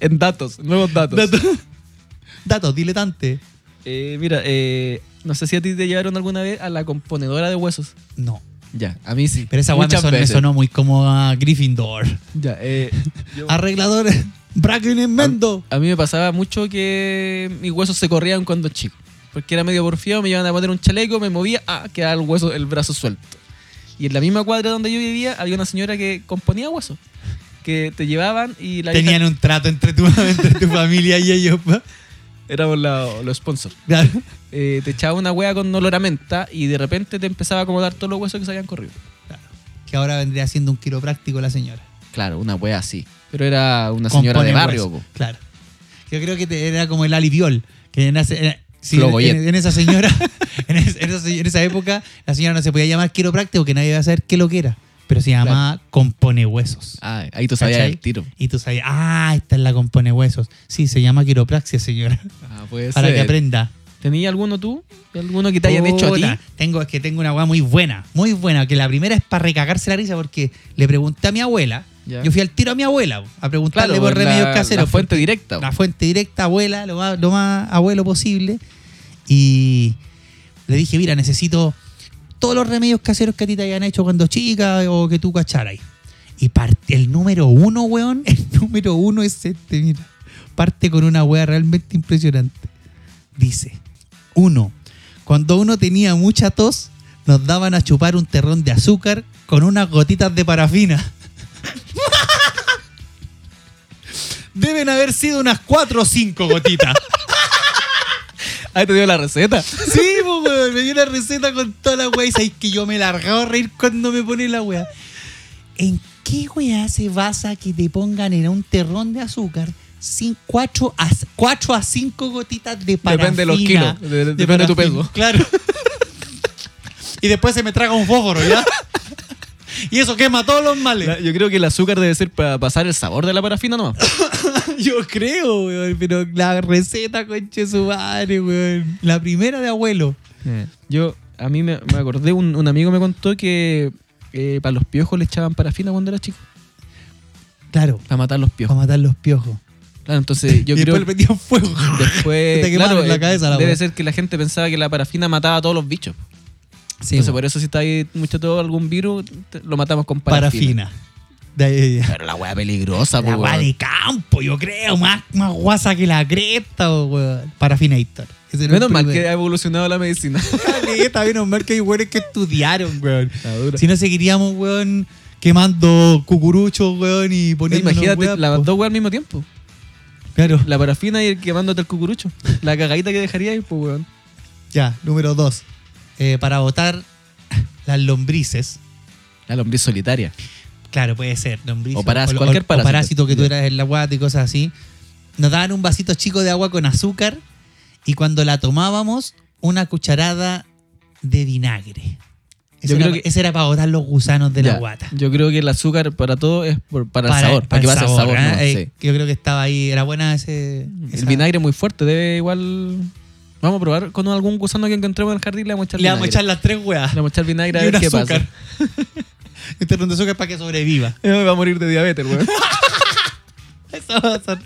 Speaker 2: En datos, nuevos datos.
Speaker 3: Dato, dato diletante.
Speaker 2: Eh, mira, eh, no sé si a ti te llevaron alguna vez a la componedora de huesos.
Speaker 3: No.
Speaker 2: Ya, a mí sí.
Speaker 3: Pero esa guay me,
Speaker 2: Muchas
Speaker 3: son- me
Speaker 2: veces.
Speaker 3: sonó muy como a Gryffindor.
Speaker 2: Ya, eh, yo-
Speaker 3: Arreglador, Bracken en Mendo.
Speaker 2: a mí me pasaba mucho que mis huesos se corrían cuando chico. Porque era medio porfiado, me iban a poner un chaleco, me movía, ah, quedaba el hueso, el brazo suelto. Y en la misma cuadra donde yo vivía había una señora que componía huesos. Que te llevaban y la vieja-
Speaker 3: Tenían un trato entre tu, entre tu familia y ellos. pa.
Speaker 2: éramos la- los sponsors.
Speaker 3: Claro.
Speaker 2: eh, te echaba una hueá con olor a menta y de repente te empezaba a acomodar todos los huesos que se habían corrido.
Speaker 3: que ahora vendría siendo un quiropráctico la señora.
Speaker 2: Claro, una wea así. Pero era una señora
Speaker 3: Compone
Speaker 2: de barrio,
Speaker 3: hueso,
Speaker 2: po.
Speaker 3: Claro. Yo creo que te- era como el Ali Viol, que en, ese- era- sí,
Speaker 2: Flogoyet.
Speaker 3: en- en esa señora, en, es- en esa, en esa época, la señora no se podía llamar quiropráctico, que nadie iba a saber qué lo que era, pero se llamaba compone huesos.
Speaker 2: Ah, ahí tú sabías
Speaker 3: ¿Cachai?
Speaker 2: el tiro.
Speaker 3: Y tú sabías, ah, esta es la compone huesos. Sí, se llama quiropraxia, señora,
Speaker 2: Ah, puede
Speaker 3: para que
Speaker 2: ser.
Speaker 3: aprenda.
Speaker 2: ¿Tenías alguno tú? ¿Alguno que te hayan hecho a ti?
Speaker 3: Puta, Tengo, es que tengo una weá muy buena, muy buena, que la primera es para recagarse la risa porque le pregunté a mi abuela,
Speaker 2: Ya.
Speaker 3: yo fui al tiro a mi abuela a preguntarle por
Speaker 2: la-
Speaker 3: remedios caseros.
Speaker 2: La fuente
Speaker 3: porque-
Speaker 2: directa.
Speaker 3: la fuente directa, abuela, lo más, lo más abuelo posible. Y le dije, mira, necesito todos los remedios caseros que a ti te hayan hecho cuando chica o que tú cacharas. Y parte, el número uno, weón, el número uno es este, mira. Parte con una wea realmente impresionante. Dice, uno, cuando uno tenía mucha tos, nos daban a chupar un terrón de azúcar con unas gotitas de parafina. Deben haber sido unas cuatro o cinco gotitas.
Speaker 2: Ahí te dio la receta.
Speaker 3: Sí, po, weón, me dio una receta con toda la weá y sabéis que yo me largaba a reír cuando me pone la weá. ¿En qué weá se basa que te pongan en un terrón de azúcar sin 4 a, cuatro a 5 gotitas de parafina?
Speaker 2: Depende de los kilos, de- de- depende de tu
Speaker 3: parafina,
Speaker 2: peso.
Speaker 3: Claro. y después se me traga un fósforo, ¿ya? y eso quema todos los males.
Speaker 2: La- Yo creo que el azúcar debe ser para pasar el sabor de la parafina nomás.
Speaker 3: Yo creo, weón, pero la receta, conche su madre, weón. La primera de abuelo.
Speaker 2: Eh, Yo, a mí me, me acordé, un, un amigo me contó que eh, para los piojos le echaban parafina cuando era chico.
Speaker 3: Claro,
Speaker 2: Para matar los
Speaker 3: para
Speaker 2: piojos.
Speaker 3: matar los piojos.
Speaker 2: Claro, entonces yo
Speaker 3: Oh. y
Speaker 2: creo
Speaker 3: después le metían fuego.
Speaker 2: después,
Speaker 3: Te quemaban
Speaker 2: claro,
Speaker 3: en la
Speaker 2: eh,
Speaker 3: cabeza la
Speaker 2: debe
Speaker 3: wea.
Speaker 2: ser que la gente pensaba que la parafina mataba a todos los bichos.
Speaker 3: Sí,
Speaker 2: entonces
Speaker 3: bo.
Speaker 2: por eso si está ahí mucho todo algún virus, te- lo matamos con parafina.
Speaker 3: parafina. De ahí- de ahí.
Speaker 2: Pero la weá peligrosa,
Speaker 3: La
Speaker 2: po,
Speaker 3: guay
Speaker 2: weón.
Speaker 3: de campo, yo creo. Más, más guasa que la cresta, bo, weón. Parafinator. Ese era el
Speaker 2: Menos mal que
Speaker 3: primero. Ah,
Speaker 2: ha evolucionado la medicina.
Speaker 3: Caleta, menos mal que hay weones que estudiaron, weón.
Speaker 2: Está dura.
Speaker 3: Si no seguiríamos, weón, quemando cucuruchos, weón, y
Speaker 2: Oye,
Speaker 3: poniendo.
Speaker 2: Imagínate las dos weas al mismo tiempo.
Speaker 3: Claro.
Speaker 2: La parafina y el quemándote el cucurucho. La cagadita que dejaría ahí, pues, weón.
Speaker 3: Ya, número dos. Eh, para botar las lombrices.
Speaker 2: La lombriz solitaria.
Speaker 3: Claro, puede ser, lombrices.
Speaker 2: O parás-
Speaker 3: lo-
Speaker 2: cualquier
Speaker 3: o
Speaker 2: parásito.
Speaker 3: que tú eras en la guata y cosas así. Nos daban un vasito chico de agua con azúcar y cuando la tomábamos, una cucharada de vinagre. Ese,
Speaker 2: Yo
Speaker 3: era,
Speaker 2: creo que-
Speaker 3: ese era para botar los gusanos de la
Speaker 2: Ya,
Speaker 3: guata.
Speaker 2: Yo creo que el azúcar para todo es por- para, el sabor, para, que
Speaker 3: el
Speaker 2: pase el sabor.
Speaker 3: ¿eh?
Speaker 2: ¿no?
Speaker 3: Eh, Yo creo que estaba ahí, era buena ese...
Speaker 2: Sí.
Speaker 3: esa-
Speaker 2: El vinagre es muy fuerte, debe igual. Vamos a probar con algún gusano que encontremos en el jardín. Le vamos a echar
Speaker 3: Le vamos a echar
Speaker 2: vinagre.
Speaker 3: las tres hueas.
Speaker 2: Le vamos a echar vinagre a
Speaker 3: Y un
Speaker 2: ver qué
Speaker 3: azúcar.
Speaker 2: pasa.
Speaker 3: Un terrón de azúcar para que sobreviva.
Speaker 2: Eh, Me va a morir de diabetes, weón.
Speaker 3: Eso va a ser.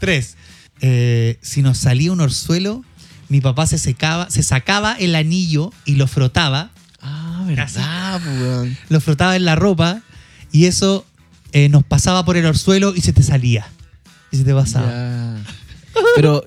Speaker 3: Tres. Eh, si nos salía un orzuelo, mi papá se secaba, se sacaba el anillo y lo frotaba,
Speaker 2: ah,
Speaker 3: verdad,
Speaker 2: verdad, weón.
Speaker 3: lo frotaba en la ropa y eso eh, nos pasaba por el orzuelo y se te salía. Y se te pasaba.
Speaker 2: Pero,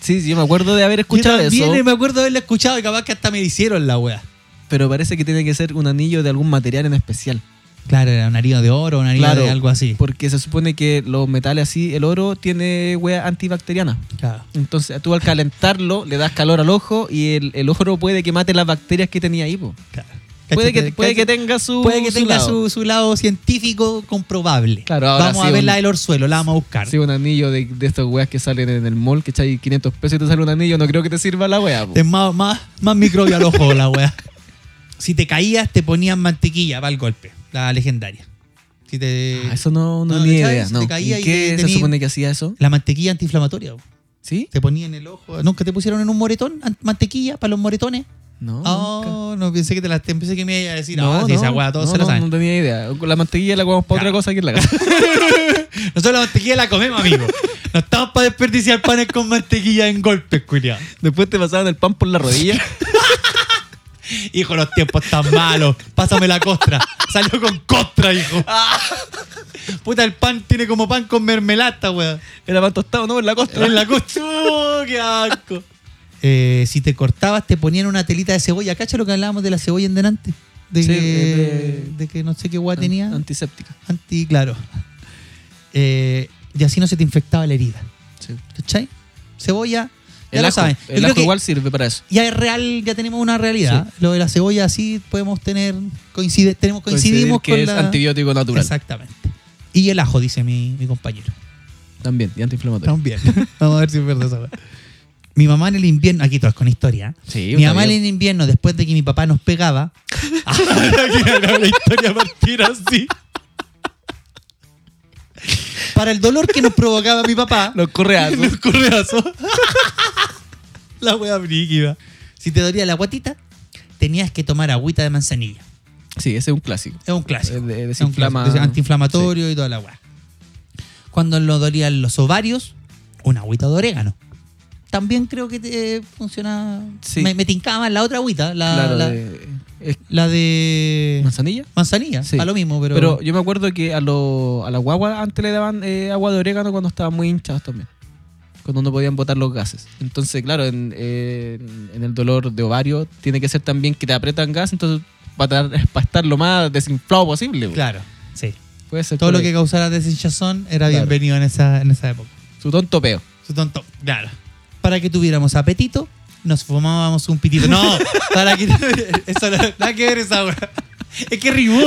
Speaker 2: sí, sí, yo me acuerdo de haber
Speaker 3: Yo
Speaker 2: escuchado eso.
Speaker 3: también me acuerdo de haberlo escuchado y capaz que hasta me hicieron la wea.
Speaker 2: Pero parece que tiene que ser un anillo de algún material en especial.
Speaker 3: Claro, era un anillo de oro, un anillo
Speaker 2: Claro.
Speaker 3: de algo así.
Speaker 2: Porque se supone que los metales así, el oro tiene wea antibacteriana.
Speaker 3: Claro.
Speaker 2: Entonces tú al calentarlo le das calor al ojo y el, el oro puede que mate las bacterias que tenía ahí. po.
Speaker 3: claro.
Speaker 2: Puede que,
Speaker 3: Cáchate,
Speaker 2: puede que
Speaker 3: cáchate.
Speaker 2: tenga su...
Speaker 3: Puede que
Speaker 2: su
Speaker 3: tenga
Speaker 2: lado.
Speaker 3: su, su lado científico comprobable.
Speaker 2: Claro, ahora
Speaker 3: vamos
Speaker 2: sí,
Speaker 3: a ver la
Speaker 2: un-
Speaker 3: del orzuelo, la vamos a buscar.
Speaker 2: Sí, un anillo de, de estas weas que salen en el mall, que echáis 500 pesos y te sale un anillo, no creo que te sirva la wea. po.
Speaker 3: Es más, más, más microbio al ojo la weá. Si te caías, te ponían mantequilla para el golpe. La legendaria. Si te-
Speaker 2: Ah, eso no, no,
Speaker 3: No,
Speaker 2: ni
Speaker 3: ¿cachai?
Speaker 2: idea.
Speaker 3: Se
Speaker 2: No.
Speaker 3: te caía
Speaker 2: ¿Y
Speaker 3: y
Speaker 2: qué
Speaker 3: te
Speaker 2: se
Speaker 3: tení-
Speaker 2: supone que hacía eso?
Speaker 3: La mantequilla antiinflamatoria. bo.
Speaker 2: ¿Sí?
Speaker 3: Te ponían el ojo. ¿Nunca te pusieron en un moretón an- mantequilla para los moretones?
Speaker 2: No. nunca.
Speaker 3: Oh, no pensé que te la te pensé que me iba a decir. No, si esa weá todos
Speaker 2: no,
Speaker 3: se la
Speaker 2: no,
Speaker 3: saben.
Speaker 2: no tenía idea. La mantequilla la comemos para
Speaker 3: Claro.
Speaker 2: otra cosa que en la casa.
Speaker 3: Nosotros la mantequilla la comemos, amigo. no estamos para desperdiciar panes con mantequilla en golpes, culiado.
Speaker 2: Después te pasaban el pan por la rodilla.
Speaker 3: Hijo, los tiempos están malos. Pásame la costra. Salió con costra, hijo. Puta, el pan tiene como pan con mermelada, weón.
Speaker 2: Era pan tostado, ¿no? En la costa.
Speaker 3: En la costra.
Speaker 2: Uh,
Speaker 3: ¡Oh, qué asco! si te cortabas, te ponían una telita de cebolla. ¿Cacha lo que hablábamos de la cebolla en delante? De,
Speaker 2: Sí,
Speaker 3: que,
Speaker 2: eh, de-
Speaker 3: de que no sé qué guay tenía.
Speaker 2: Antiséptica.
Speaker 3: Anti, claro. Eh, y así no se te infectaba la herida.
Speaker 2: Sí.
Speaker 3: ¿Cachai? Cebolla, ya
Speaker 2: el
Speaker 3: lo
Speaker 2: ajo,
Speaker 3: saben.
Speaker 2: el
Speaker 3: Yo creo
Speaker 2: ajo
Speaker 3: que
Speaker 2: igual sirve para eso.
Speaker 3: Ya es real, ya tenemos una realidad. Lo de la cebolla sí podemos tener, coincide, tenemos,
Speaker 2: Coincidir
Speaker 3: coincidimos
Speaker 2: que
Speaker 3: con
Speaker 2: es
Speaker 3: la...
Speaker 2: antibiótico natural
Speaker 3: Exactamente. Y el ajo, dice mi, mi compañero.
Speaker 2: también y antiinflamatorio.
Speaker 3: Estamos bien. Vamos a ver si es verdad esa weá. Mi mamá en el invierno, aquí todas con historia. ¿eh?
Speaker 2: Sí,
Speaker 3: Mi
Speaker 2: está
Speaker 3: mamá en
Speaker 2: bien.
Speaker 3: el invierno, después de que mi papá nos pegaba. la historia partir así. Para el dolor que nos provocaba mi papá,
Speaker 2: los correazos.
Speaker 3: los correazos. la wea brígida. Si te dolía la guatita, tenías que tomar agüita de manzanilla.
Speaker 2: Sí, ese es un clásico.
Speaker 3: Es un clásico.
Speaker 2: Eh, de-
Speaker 3: Es un
Speaker 2: desinflama-
Speaker 3: clásico. Antiinflamatorio y toda la weá. Cuando lo dolían los ovarios, una agüita de orégano. También creo que te eh, funciona.
Speaker 2: Sí.
Speaker 3: Me, me tincaba la otra agüita, la,
Speaker 2: claro,
Speaker 3: la,
Speaker 2: de- es-
Speaker 3: la de
Speaker 2: ¿Manzanilla?
Speaker 3: manzanilla.
Speaker 2: Sí.
Speaker 3: A lo mismo, pero.
Speaker 2: Pero, yo me acuerdo que a, lo, a la guagua antes le daban eh, agua de orégano cuando estaban muy hinchados también. Cuando no podían botar los gases. Entonces, claro, en, eh, en el dolor de ovario tiene que ser también que te apretan gas, entonces para, tra- para estar lo más desinflado posible. güey.
Speaker 3: claro, sí.
Speaker 2: Puede ser
Speaker 3: Todo
Speaker 2: por
Speaker 3: lo
Speaker 2: ahí.
Speaker 3: que causara desinchazón era
Speaker 2: Claro.
Speaker 3: bienvenido en esa, en esa época.
Speaker 2: Su tonto peo.
Speaker 3: Su tonto. Claro. Para que tuviéramos apetito, nos fumábamos un pitito. No, para que. Eso no, nada que ver esa weá. Es que rimó.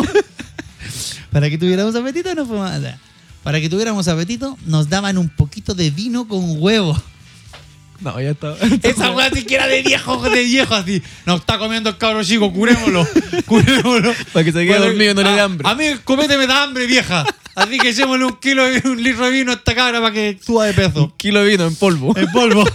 Speaker 3: Para que tuviéramos apetito, nos fumábamos. o sea, Para que tuviéramos apetito, nos daban un poquito de vino con huevo.
Speaker 2: No, ya está.
Speaker 3: Esa weá siquiera de viejo, de viejo así. Nos está comiendo el cabro chico, curémoslo. Curémoslo.
Speaker 2: Para que se quede
Speaker 3: Bueno,
Speaker 2: dormido y no le dé
Speaker 3: a-
Speaker 2: hambre.
Speaker 3: A mí el copete me da hambre, vieja. Así que echémosle un kilo y un litro de vino a esta cabra para que suba de peso.
Speaker 2: Un kilo de vino en polvo.
Speaker 3: En polvo.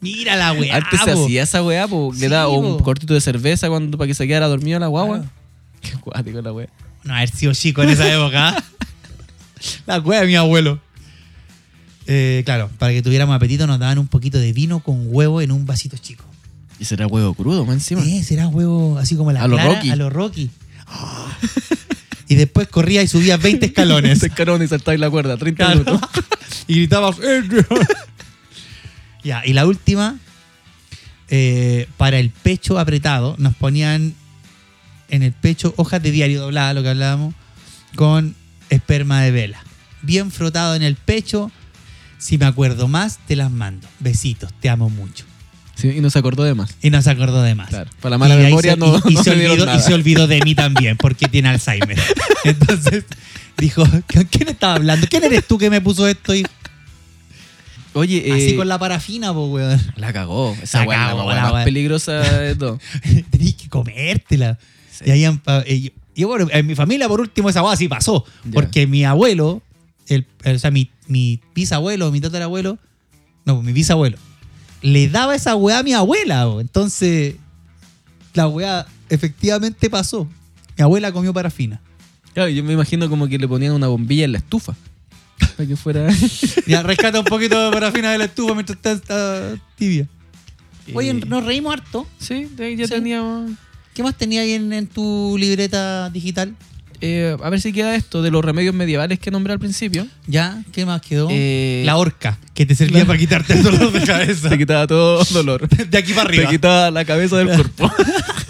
Speaker 3: Mira la weá.
Speaker 2: Antes se
Speaker 3: po.
Speaker 2: hacía esa weá, po.
Speaker 3: Sí,
Speaker 2: le daba un
Speaker 3: po.
Speaker 2: cortito de cerveza cuando, para que se quedara dormido la guagua. Qué cuático la weá.
Speaker 3: No haber sido chico en esa época. ¿eh? la weá de mi abuelo. Eh, claro, para que tuviéramos apetito nos daban un poquito de vino con huevo en un vasito chico.
Speaker 2: Y será huevo crudo, más encima.
Speaker 3: Eh, será huevo así como la
Speaker 2: A lo
Speaker 3: clara,
Speaker 2: Rocky.
Speaker 3: A los Rocky. Oh. y después corría y subía 20 escalones.
Speaker 2: Se escalón y saltáis la cuerda, 30
Speaker 3: Claro.
Speaker 2: minutos.
Speaker 3: y gritabas. "Eh, no". ya, y la última, eh, para el pecho apretado, nos ponían en el pecho hojas de diario doblada, lo que hablábamos, con esperma de vela. Bien frotado en el pecho. Si me acuerdo más, te las mando. Besitos, te amo mucho.
Speaker 2: Sí, y no se acordó de más.
Speaker 3: Y no se acordó de más.
Speaker 2: Claro. Para la mala
Speaker 3: Y ahí
Speaker 2: memoria
Speaker 3: se-
Speaker 2: no,
Speaker 3: y- y
Speaker 2: no
Speaker 3: se
Speaker 2: le dieron
Speaker 3: olvidó, y
Speaker 2: nada.
Speaker 3: se olvidó de mí también, porque tiene Alzheimer. Entonces dijo, ¿con quién estaba hablando? ¿Quién eres tú que me puso esto? hijo?
Speaker 2: Oye, eh,
Speaker 3: Así con la parafina, po, weón.
Speaker 2: la cagó. Esa
Speaker 3: La
Speaker 2: weá es la
Speaker 3: cagó,
Speaker 2: weá
Speaker 3: la
Speaker 2: más
Speaker 3: weá.
Speaker 2: peligrosa de todo.
Speaker 3: Tenías que comértela.
Speaker 2: Sí.
Speaker 3: Y ahí han pa- y yo- y bueno, en mi familia, por último, esa weá sí pasó.
Speaker 2: Ya.
Speaker 3: Porque mi abuelo, el, el- o sea, mi, mi bisabuelo, mi tatarabuelo, no, mi bisabuelo, le daba esa weá a mi abuela. po. Entonces, la weá efectivamente pasó. Mi abuela comió parafina.
Speaker 2: Claro, yo me imagino como que le ponían una bombilla en la estufa. Para que fuera.
Speaker 3: Ya, rescata un poquito de parafina de la estufa mientras está, está tibia. Oye,
Speaker 2: Eh,
Speaker 3: nos reímos harto.
Speaker 2: Sí, de ahí ya
Speaker 3: Sí.
Speaker 2: teníamos.
Speaker 3: ¿Qué más tenía ahí en, en tu libreta digital?
Speaker 2: Eh, a ver si queda esto de los remedios medievales que nombré al principio.
Speaker 3: ¿Ya? ¿Qué más quedó?
Speaker 2: Eh,
Speaker 3: la horca, que te servía para quitarte el dolor de cabeza.
Speaker 2: Te quitaba todo dolor.
Speaker 3: De aquí para
Speaker 2: Te quitaba la cabeza del cuerpo.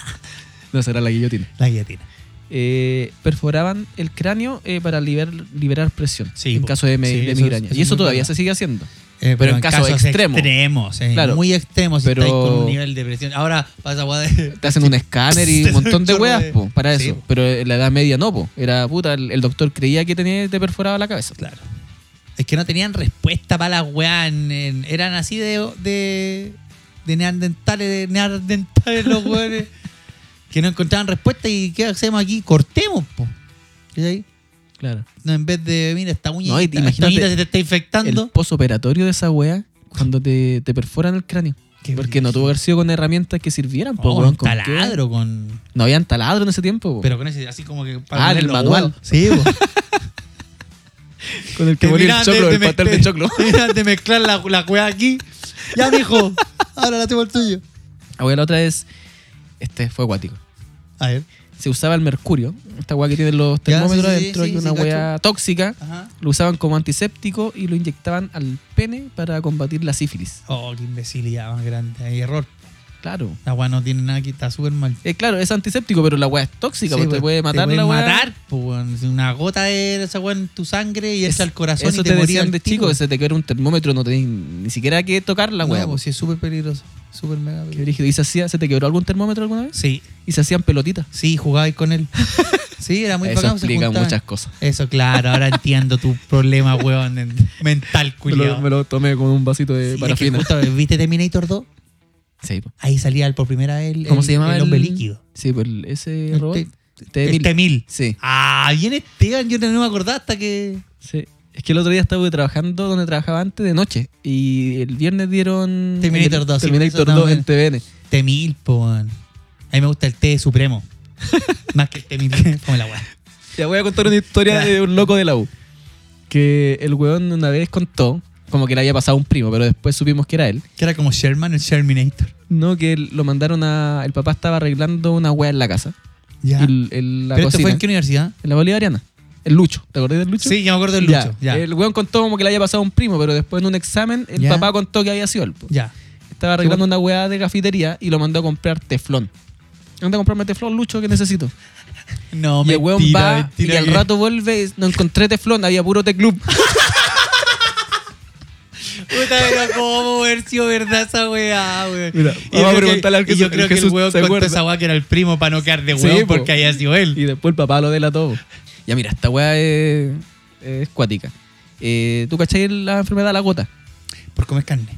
Speaker 2: no será la guillotina.
Speaker 3: La guillotina.
Speaker 2: eh, perforaban el cráneo eh, para liber- liberar presión
Speaker 3: Sí,
Speaker 2: en
Speaker 3: po.
Speaker 2: caso de, me-
Speaker 3: Sí,
Speaker 2: de
Speaker 3: eso es-
Speaker 2: migraña.
Speaker 3: eso
Speaker 2: y
Speaker 3: es
Speaker 2: eso
Speaker 3: muy
Speaker 2: todavía
Speaker 3: verdad.
Speaker 2: se sigue haciendo.
Speaker 3: Eh,
Speaker 2: Pero en casos extremos.
Speaker 3: extremos eh,
Speaker 2: Claro.
Speaker 3: muy extremos.
Speaker 2: Pero-
Speaker 3: Pero... Estáis con un nivel de presión. Ahora pasa guada de...
Speaker 2: Te hacen un escáner y un montón de
Speaker 3: Chorro
Speaker 2: weas
Speaker 3: de-
Speaker 2: po, para
Speaker 3: Sí,
Speaker 2: eso.
Speaker 3: po.
Speaker 2: Pero en la edad media no, po. Era puta, el, el doctor creía que tenía, te perforaba la cabeza.
Speaker 3: Claro. Es que no tenían respuesta para las weas. en- en- eran así de, de, de neandertales, de neandertales los weones. que no encontraban respuesta y ¿qué hacemos aquí? Cortemos, po. ¿Cachai?
Speaker 2: Claro.
Speaker 3: No, en vez de, mira, esta uña,
Speaker 2: No, y-
Speaker 3: esta- esta
Speaker 2: imagínate
Speaker 3: uñita se te está infectando.
Speaker 2: El posoperatorio de esa wea cuando te, te perforan el cráneo.
Speaker 3: Qué
Speaker 2: Porque no tuvo que haber sido con herramientas que sirvieran, po,
Speaker 3: Oh,
Speaker 2: weón,
Speaker 3: un
Speaker 2: ¿con qué?
Speaker 3: taladro con.
Speaker 2: No habían taladro en ese tiempo, po.
Speaker 3: Pero con ese, así como que.
Speaker 2: Ah,
Speaker 3: poner
Speaker 2: el
Speaker 3: los
Speaker 2: manual.
Speaker 3: huevos. Sí, po.
Speaker 2: con el que
Speaker 3: Te
Speaker 2: ponía
Speaker 3: miran
Speaker 2: el choclo,
Speaker 3: de-
Speaker 2: el
Speaker 3: de
Speaker 2: pastel
Speaker 3: mezclar-
Speaker 2: de choclo.
Speaker 3: te miran de mezclar la, la cueva aquí. Ya, mijo. Ahora la tengo el tuyo.
Speaker 2: Ah, wea, la otra es. Este fue acuático.
Speaker 3: A ver.
Speaker 2: se usaba el mercurio, esta weá que tienen los
Speaker 3: Ya,
Speaker 2: termómetros
Speaker 3: sí, sí,
Speaker 2: adentro,
Speaker 3: sí,
Speaker 2: que es
Speaker 3: sí,
Speaker 2: una
Speaker 3: cacho.
Speaker 2: weá tóxica,
Speaker 3: Ajá.
Speaker 2: lo usaban como antiséptico y lo inyectaban al pene para combatir la sífilis.
Speaker 3: Oh, qué imbecilidad más grande. Hay error.
Speaker 2: Claro.
Speaker 3: La weá no tiene nada que está súper mal.
Speaker 2: Eh, claro, es antiséptico, pero la weá es tóxica,
Speaker 3: Sí,
Speaker 2: porque te puede
Speaker 3: pues,
Speaker 2: matar
Speaker 3: te
Speaker 2: la weá.
Speaker 3: matar, pues, weón. Si Una gota de esa weá en tu sangre y
Speaker 2: Es-
Speaker 3: entra al corazón
Speaker 2: Eso
Speaker 3: y te,
Speaker 2: te,
Speaker 3: moría
Speaker 2: decían
Speaker 3: al
Speaker 2: de
Speaker 3: tiro.
Speaker 2: chico, que se te queda un termómetro, no tenés ni siquiera que tocar la
Speaker 3: No,
Speaker 2: weá.
Speaker 3: pues, sí, es súper peligroso. Súper mega
Speaker 2: Qué
Speaker 3: peligroso.
Speaker 2: brígido. ¿Y se, hacía- se te quebró algún termómetro alguna vez?
Speaker 3: Sí,
Speaker 2: ¿Y se hacían pelotitas?
Speaker 3: sí, jugabais con él. Sí, era muy
Speaker 2: Eso
Speaker 3: bacán, se
Speaker 2: explica
Speaker 3: juntaban.
Speaker 2: muchas cosas.
Speaker 3: Eso, claro, ahora entiendo tu problema, weón, en- mental,
Speaker 2: Me
Speaker 3: culiao.
Speaker 2: lo, me lo tomé con un vasito de
Speaker 3: Sí, es que
Speaker 2: parafina.
Speaker 3: justo, ¿Viste Terminator 2?
Speaker 2: Sí, po.
Speaker 3: Ahí salía el- por primera vez el,
Speaker 2: ¿Cómo
Speaker 3: el-
Speaker 2: se llamaba?
Speaker 3: el hombre líquido.
Speaker 2: Sí, pues el- ese
Speaker 3: El
Speaker 2: robot.
Speaker 3: te-
Speaker 2: T-1000.
Speaker 3: El T-1000.
Speaker 2: Sí,
Speaker 3: Ah, bien Esteban, yo no me acordaba hasta que...
Speaker 2: sí. Es que el otro día estaba trabajando donde trabajaba antes de noche. Y el viernes dieron.
Speaker 3: Terminator 2, sí,
Speaker 2: Terminator
Speaker 3: eso
Speaker 2: 2 en
Speaker 3: también.
Speaker 2: TVN.
Speaker 3: T-1000, po, weón. A mí me gusta el té supremo. Más que el T-1000, como la weá.
Speaker 2: Ya voy a contar una historia de un loco de la U. Que el weón una vez contó, como que le había pasado a un primo, pero después supimos que era él.
Speaker 3: Que era como Sherman, el Sherminator.
Speaker 2: No, que él- lo mandaron a. El papá estaba arreglando una wea en la casa.
Speaker 3: Ya.
Speaker 2: Y el- el- la
Speaker 3: ¿Pero esto
Speaker 2: cocina.
Speaker 3: fue en qué universidad?
Speaker 2: En la Bolivariana. El Lucho. ¿Te acordás del Lucho?
Speaker 3: Sí, ya me acuerdo del
Speaker 2: Ya.
Speaker 3: Lucho. Ya.
Speaker 2: El weón contó como que le había pasado a un primo, pero después en un examen el
Speaker 3: Ya.
Speaker 2: papá contó que había sido él. po.
Speaker 3: Ya.
Speaker 2: Estaba arreglando una weá de cafetería y lo mandó a comprar teflón. Anda a comprarme teflón, Lucho, que necesito.
Speaker 3: No,
Speaker 2: y el weón va y al
Speaker 3: que-
Speaker 2: rato vuelve y no encontré teflón, había puro teclub.
Speaker 3: Puta, pero cómo haber sido verdad esa weá, weón.
Speaker 2: Mira,
Speaker 3: Y
Speaker 2: vamos
Speaker 3: yo creo
Speaker 2: a
Speaker 3: que-
Speaker 2: preguntarle al
Speaker 3: y Yo
Speaker 2: Jesús-
Speaker 3: creo
Speaker 2: el
Speaker 3: que el
Speaker 2: Jesús
Speaker 3: weón
Speaker 2: se
Speaker 3: contó
Speaker 2: acuerda.
Speaker 3: esa weá que era el primo para no quedar de
Speaker 2: Sí,
Speaker 3: weón
Speaker 2: po.
Speaker 3: porque haya
Speaker 2: Y
Speaker 3: sido él.
Speaker 2: después el papá lo delató. Ya mira, esta weá es, es cuática. Eh, ¿Tú cachai la enfermedad de la gota?
Speaker 3: Por comer carne.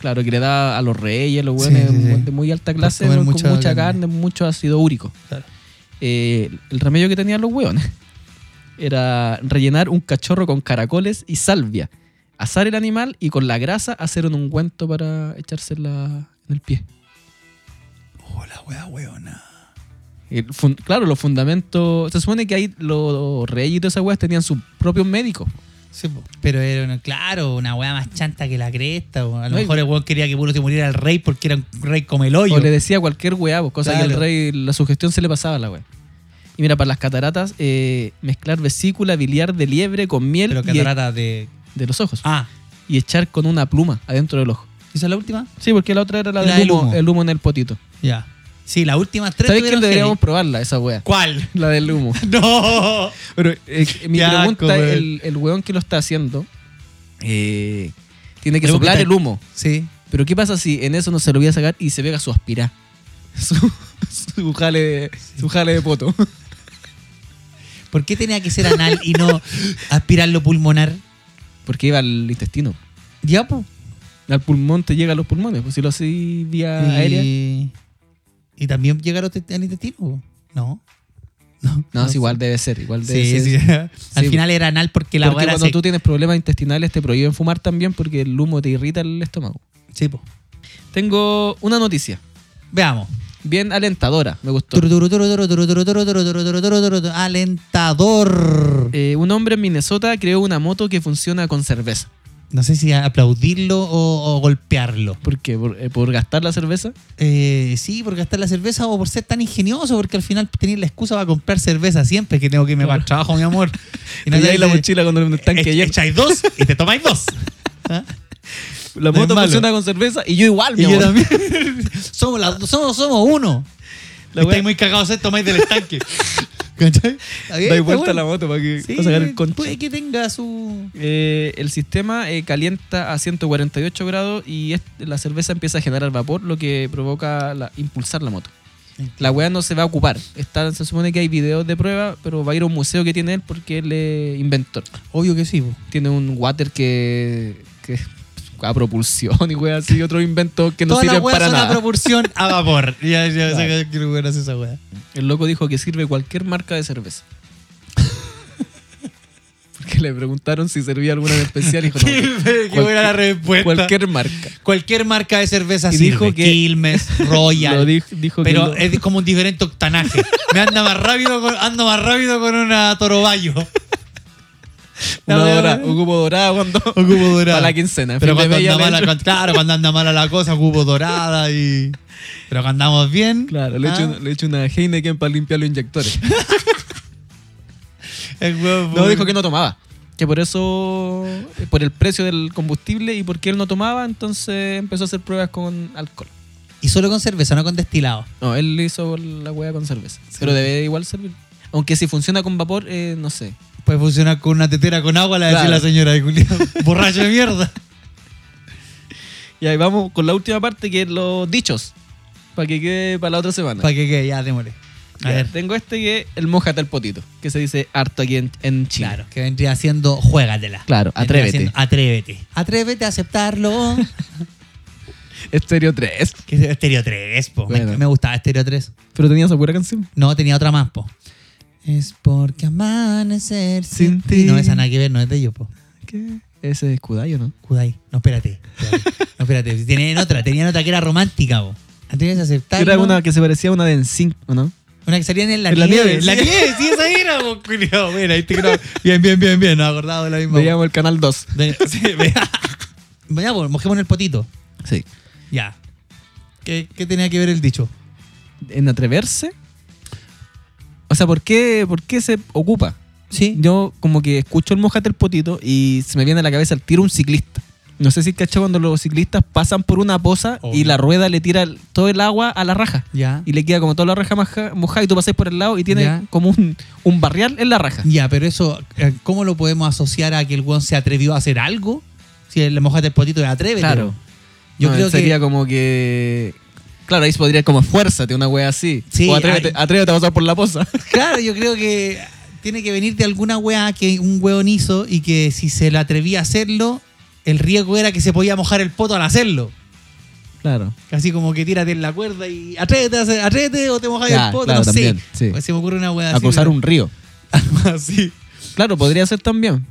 Speaker 2: Claro, que le da a los reyes, a los
Speaker 3: Sí,
Speaker 2: weones
Speaker 3: sí, sí.
Speaker 2: de muy alta clase,
Speaker 3: comer
Speaker 2: con
Speaker 3: mucha
Speaker 2: mucha,
Speaker 3: carne.
Speaker 2: carne. mucho ácido úrico.
Speaker 3: Claro.
Speaker 2: Eh, el remedio que tenían los weones era rellenar un cachorro con caracoles y salvia, asar el animal y con la grasa hacer un ungüento para echársela en el pie.
Speaker 3: Hola, weá, weona.
Speaker 2: El fun- claro, los fundamentos. Se supone que ahí los reyes y todas esas weas tenían sus propios médicos.
Speaker 3: Sí, po. pero era, una- claro, una weá más chanta que la cresta. po. A lo
Speaker 2: No, y-
Speaker 3: mejor el weón quería que puro se muriera el rey porque era un rey como el hoyo.
Speaker 2: O le decía cualquier weá, pues, cosa que
Speaker 3: Claro.
Speaker 2: el rey, la sugestión se le pasaba a la wea. Y mira, para las cataratas, eh, mezclar vesícula biliar de liebre con miel
Speaker 3: Pero
Speaker 2: y- e-
Speaker 3: cataratas de.
Speaker 2: de los ojos
Speaker 3: Ah,
Speaker 2: y echar con una pluma adentro del ojo.
Speaker 3: ¿esa es la última?
Speaker 2: Sí, porque la otra era la,
Speaker 3: La
Speaker 2: del
Speaker 3: del
Speaker 2: humo,
Speaker 3: humo.
Speaker 2: el humo en el potito.
Speaker 3: Ya. Sí, las últimas tres.
Speaker 2: ¿Sabes que
Speaker 3: tuvieron
Speaker 2: deberíamos
Speaker 3: heavy.
Speaker 2: probarla, esa wea?
Speaker 3: ¿Cuál?
Speaker 2: La del humo.
Speaker 3: No.
Speaker 2: Pero eh, mi
Speaker 3: Qué asco,
Speaker 2: pregunta
Speaker 3: weón.
Speaker 2: es, el, el weón que lo está haciendo eh, tiene que
Speaker 3: Creo que
Speaker 2: soplar
Speaker 3: está-
Speaker 2: el humo.
Speaker 3: Sí.
Speaker 2: Pero ¿qué pasa si en eso no se lo voy a sacar y se pega su aspirá? Su, su jale de, su jale de poto.
Speaker 3: ¿Por qué tenía que ser anal y no aspirarlo pulmonar?
Speaker 2: Porque iba al intestino.
Speaker 3: Ya, po.
Speaker 2: Al pulmón te llega a los pulmones. Pues si lo haces vía aérea.
Speaker 3: Y, y también llegar al te- al intestino, po. No. No,
Speaker 2: No, es
Speaker 3: sé.
Speaker 2: igual debe ser. Igual debe
Speaker 3: Sí,
Speaker 2: ser.
Speaker 3: sí. Al
Speaker 2: Sí, po.
Speaker 3: final era anal porque la
Speaker 2: porque
Speaker 3: weá era
Speaker 2: cuando
Speaker 3: sec-
Speaker 2: tú tienes problemas intestinales te prohíben fumar también porque el humo te irrita el estómago.
Speaker 3: Sí, po.
Speaker 2: Tengo una noticia.
Speaker 3: Veamos.
Speaker 2: Bien alentadora, me gustó.
Speaker 3: Turu, turu, turu, turu, turu, turu, turu, turu, turu, turu, turu, turu. Alentador.
Speaker 2: Eh, un hombre en Minnesota creó una moto que funciona con cerveza.
Speaker 3: No sé si aplaudirlo o, o golpearlo.
Speaker 2: ¿Por qué? ¿Por, eh, por gastar la cerveza?
Speaker 3: Eh, sí, por gastar la cerveza o por ser tan ingenioso, porque al final tenía la excusa para comprar cerveza siempre que tengo que irme para el trabajo, mi amor.
Speaker 2: Y ahí la mochila con el tanque
Speaker 3: Ech-
Speaker 2: lleno.
Speaker 3: echáis dos y te tomáis dos. ¿Ah?
Speaker 2: La
Speaker 3: no es
Speaker 2: moto
Speaker 3: malo.
Speaker 2: funciona con cerveza y yo igual, mi
Speaker 3: Y yo
Speaker 2: amor.
Speaker 3: también. somos, las dos- somos, somos uno.
Speaker 2: La
Speaker 3: Estáis
Speaker 2: wea-
Speaker 3: muy cagados, ¿eh? tomáis del estanque. ¿Cachai?
Speaker 2: Dai vuelta a la moto para que
Speaker 3: Sí,
Speaker 2: para sacar el concho.
Speaker 3: puede que tenga su.
Speaker 2: Eh, el sistema eh, calienta a 148 grados y est- la cerveza empieza a generar vapor, lo que provoca la- impulsar la moto. La weá no se va a ocupar. Está, se supone que hay videos de prueba, pero va a ir a un museo que tiene él porque él es inventor.
Speaker 3: Obvio que sí, po.
Speaker 2: Tiene un water que, que a propulsión y weá así, y otros inventos que no
Speaker 3: Todas las
Speaker 2: sirven
Speaker 3: weas
Speaker 2: para
Speaker 3: son a
Speaker 2: nada.
Speaker 3: proporción a vapor. Ya, ya,
Speaker 2: Claro.
Speaker 3: sé que el weón hace esa wea.
Speaker 2: El loco dijo que sirve cualquier marca de cerveza. Porque le preguntaron si servía alguna en especial y dijo, no,
Speaker 3: Qué buena la respuesta.
Speaker 2: cualquier marca.
Speaker 3: Cualquier marca de cerveza
Speaker 2: Y
Speaker 3: sirve.
Speaker 2: dijo que-
Speaker 3: Quilmes, Royal.
Speaker 2: Lo dijo, dijo que
Speaker 3: pero
Speaker 2: lo-
Speaker 3: es como un diferente octanaje. Me anda más rápido con, ando más rápido con una Torobayo.
Speaker 2: una
Speaker 3: la-
Speaker 2: dorada, ocupo dorada cuando
Speaker 3: Ocupo dorada.
Speaker 2: para la quincena.
Speaker 3: Pero
Speaker 2: Fin de
Speaker 3: cuando
Speaker 2: mes ya
Speaker 3: anda
Speaker 2: le
Speaker 3: mala,
Speaker 2: echo-
Speaker 3: cuando- claro, cuando anda mala la cosa, cubo dorada y. Pero cuando andamos bien.
Speaker 2: Claro, le
Speaker 3: ¿ah?
Speaker 2: echo, le echo una Heineken para limpiar los inyectores.
Speaker 3: El huevo.
Speaker 2: No, dijo que no tomaba. Que por eso, eh, por el precio del combustible y porque él no tomaba, entonces empezó a hacer pruebas con alcohol.
Speaker 3: Y solo con cerveza, no con destilado.
Speaker 2: No, él hizo la hueá con cerveza. Pero debe igual servir. Aunque si funciona con vapor, eh, no sé.
Speaker 3: Puede funcionar con una tetera con agua, la
Speaker 2: Claro.
Speaker 3: decía la señora de Julián. Borracho de mierda.
Speaker 2: Y ahí vamos con la última parte, que es los dichos. Para que quede para la otra semana.
Speaker 3: Para que quede, ya démosle.
Speaker 2: Ya,
Speaker 3: A ver,
Speaker 2: Tengo este que es el mojate el potito, que se dice harto aquí en, en Chile.
Speaker 3: claro, que vendría haciendo juégatela.
Speaker 2: Claro,
Speaker 3: Vendría
Speaker 2: atrévete.
Speaker 3: siendo atrévete. Atrévete a aceptarlo.
Speaker 2: Estéreo 3.
Speaker 3: Que es Estéreo 3, po. Me-
Speaker 2: Bueno.
Speaker 3: Me, gustaba Estéreo 3.
Speaker 2: Pero tenía esa pura canción.
Speaker 3: No, tenía otra más, po. Es porque amanecer sin,
Speaker 2: Sin
Speaker 3: ti.
Speaker 2: ti.
Speaker 3: No, esa nada que ver, no es de ellos, po.
Speaker 2: ¿Qué? Ese es Kudayo, ¿no?
Speaker 3: Kudai. No, espérate. espérate. No, espérate. Tenían otra, tenían otra que era romántica, po. Atrévete a aceptarlo.
Speaker 2: Era una que se parecía a una de NSYNC, ¿o no?
Speaker 3: Una que salían en la,
Speaker 2: En la
Speaker 3: nieve.
Speaker 2: nieve,
Speaker 3: La
Speaker 2: sí.
Speaker 3: nieve, sí, esa era, po, culiao. Bueno, ahí te creo. Bien, bien, bien, bien. No acordado de la misma. po.
Speaker 2: Veíamos el canal 2.
Speaker 3: De- sí, vea. Vea, po, mojemos en el potito.
Speaker 2: Sí.
Speaker 3: Ya. ¿Qué, ¿Qué tenía que ver el dicho?
Speaker 2: En atreverse. O sea, ¿por qué, por qué se ocupa?
Speaker 3: Sí.
Speaker 2: Yo como que escucho el mojate el potito y se me viene a la cabeza el tiro un ciclista. No sé si cacho cuando los ciclistas pasan por una poza
Speaker 3: Obvio.
Speaker 2: y la rueda le tira el- todo el agua a la raja.
Speaker 3: Ya.
Speaker 2: Y le queda como toda la raja maja- mojada y tú pasas por el lado y tiene
Speaker 3: Ya.
Speaker 2: como un, un barrial en la raja.
Speaker 3: Ya, pero eso, eh, ¿cómo lo podemos asociar a que el weón se atrevió a hacer algo? Si le mojaste el potito de atrévete.
Speaker 2: Claro.
Speaker 3: Yo
Speaker 2: No,
Speaker 3: creo
Speaker 2: sería
Speaker 3: que.
Speaker 2: como que... Claro, ahí se podría como esfuérzate una wea así.
Speaker 3: Sí,
Speaker 2: o atrévete,
Speaker 3: ay.
Speaker 2: atrévete a pasar por la poza.
Speaker 3: Claro, yo creo que tiene que venir de alguna weá que un weón hizo y que si se le atrevía a hacerlo, el riesgo era que se podía mojar el poto al hacerlo.
Speaker 2: Claro.
Speaker 3: Así como que tírate en la cuerda y atrévete, a hacer- atrévete o te mojas
Speaker 2: Ya,
Speaker 3: el poto,
Speaker 2: claro,
Speaker 3: no sé.
Speaker 2: también, sí.
Speaker 3: Pues se me ocurre una weá así.
Speaker 2: Acusar
Speaker 3: pero-
Speaker 2: un río.
Speaker 3: así.
Speaker 2: Claro, podría ser también.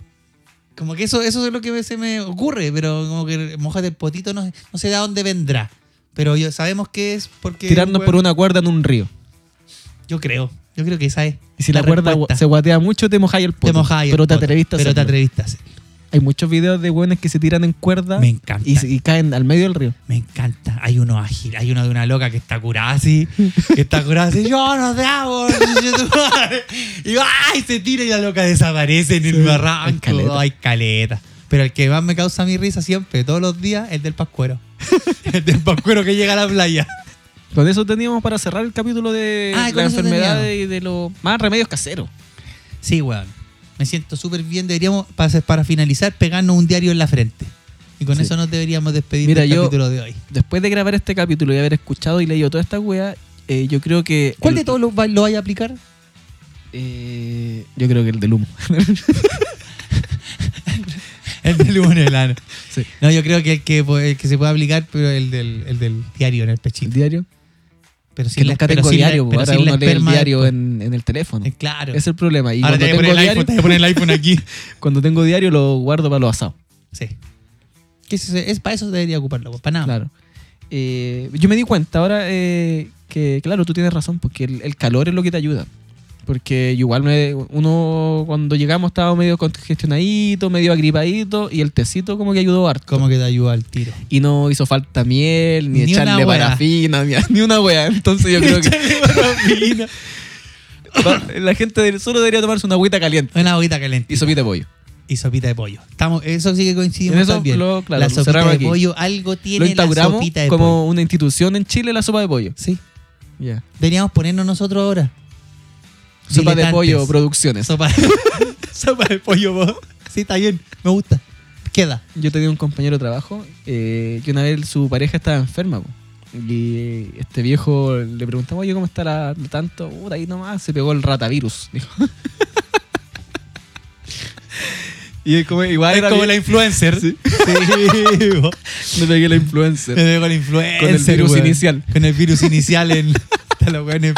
Speaker 3: Como que eso, eso es lo que se me ocurre, pero como que mojate el potito, no, no sé de dónde vendrá. Pero yo, sabemos que es porque.
Speaker 2: Tirarnos por una cuerda en un río.
Speaker 3: Yo creo, yo creo que esa es.
Speaker 2: Y si la, cuerda
Speaker 3: respuesta.
Speaker 2: gua- se guatea mucho, te mojáis el poto.
Speaker 3: Te mojáis el
Speaker 2: Pero te
Speaker 3: poto,
Speaker 2: atreviste a
Speaker 3: Pero te
Speaker 2: hacerlo.
Speaker 3: atreviste a hacerlo.
Speaker 2: Hay muchos videos de hueones que se tiran en cuerda.
Speaker 3: Me encanta.
Speaker 2: Y, se- y caen al medio del río.
Speaker 3: Me encanta. Hay uno ágil, hay uno de una loca que está curada así, que está curada así. Yo no te amo, yo tu madre". Y va, ¡ay! Se tira y la loca desaparece en el barranco.
Speaker 2: hay caleta.
Speaker 3: Ay, caleta. Pero el que más me causa mi risa siempre, todos los días, es del pascuero. el del pascuero que llega a la playa.
Speaker 2: Con eso teníamos para cerrar el capítulo de
Speaker 3: Ah, con
Speaker 2: las
Speaker 3: eso
Speaker 2: enfermedades y de los más remedios caseros.
Speaker 3: Sí, weón. Me siento súper bien. Deberíamos, para, hacer- para finalizar, pegarnos un diario en la frente. Y con
Speaker 2: Sí.
Speaker 3: eso nos deberíamos despedir
Speaker 2: Mira,
Speaker 3: del
Speaker 2: yo-
Speaker 3: capítulo de hoy.
Speaker 2: Después de grabar este capítulo y haber escuchado y leído toda esta wea, eh, yo creo que.
Speaker 3: ¿Cuál
Speaker 2: el-
Speaker 3: de todos lo, va- lo vaya a aplicar?
Speaker 2: eh, yo creo que el del humo.
Speaker 3: El del humo en el ano.
Speaker 2: Sí.
Speaker 3: No, yo creo que el que, po- el que se puede aplicar, pero el del, el del diario en el
Speaker 2: el
Speaker 3: pechito.
Speaker 2: diario.
Speaker 3: Pero
Speaker 2: que
Speaker 3: sin la-
Speaker 2: nunca
Speaker 3: pero
Speaker 2: tengo
Speaker 3: sin la-
Speaker 2: diario,
Speaker 3: pero
Speaker 2: ahora
Speaker 3: sin la
Speaker 2: uno lee el
Speaker 3: esperma
Speaker 2: diario
Speaker 3: del-
Speaker 2: en, en el teléfono.
Speaker 3: Eh, Claro.
Speaker 2: Es el problema. Y
Speaker 3: Ahora
Speaker 2: cuando
Speaker 3: te voy a
Speaker 2: tengo,
Speaker 3: poner el
Speaker 2: diario,
Speaker 3: iPhone, te voy a poner el iPhone aquí.
Speaker 2: cuando tengo diario lo guardo para los asados.
Speaker 3: Sí. Que eso se- es, para eso debería ocuparlo, pues, para nada.
Speaker 2: Claro. Eh, yo me di cuenta ahora eh, que, claro, tú tienes razón, porque el, el calor es lo que te ayuda. Porque igual me- uno cuando llegamos estaba medio congestionadito, medio agripadito, y el tecito como que ayudó harto.
Speaker 3: Como que te ayuda al tiro.
Speaker 2: Y no hizo falta miel, ni,
Speaker 3: Ni una
Speaker 2: echarle
Speaker 3: wea.
Speaker 2: parafina, ni, ni una wea. Entonces yo creo que va- la gente del sur debería tomarse una agüita caliente
Speaker 3: Una hojita calentita.
Speaker 2: y sopita de pollo.
Speaker 3: y sopita de pollo. Estamos, eso sí que coincidimos
Speaker 2: En eso
Speaker 3: también.
Speaker 2: lo- claro,
Speaker 3: la
Speaker 2: lo
Speaker 3: sopita de
Speaker 2: cerramos aquí.
Speaker 3: pollo, algo
Speaker 2: Lo
Speaker 3: tiene la
Speaker 2: instauramos
Speaker 3: sopita de pollo.
Speaker 2: como una institución en Chile la sopa de pollo.
Speaker 3: Sí,
Speaker 2: Ya.
Speaker 3: deberíamos ponernos nosotros ahora.
Speaker 2: Sopa de
Speaker 3: Diletantes.
Speaker 2: pollo, producciones.
Speaker 3: Sopa, sopa de pollo, vos. Sí, está bien, me gusta. Queda.
Speaker 2: Yo tenía un compañero de trabajo eh, que una vez su pareja estaba enferma. po. Y este viejo le preguntaba, oye, ¿cómo está la, la tanto? Puta, ahí nomás se pegó el ratavirus. Dijo. y es como, igual era bien-
Speaker 3: influencer. Sí, vos.
Speaker 2: me pegué la
Speaker 3: Me
Speaker 2: influencer.
Speaker 3: pegó la influencer.
Speaker 2: Con el virus
Speaker 3: weón.
Speaker 2: inicial.
Speaker 3: Con el virus inicial en. Hasta los weones.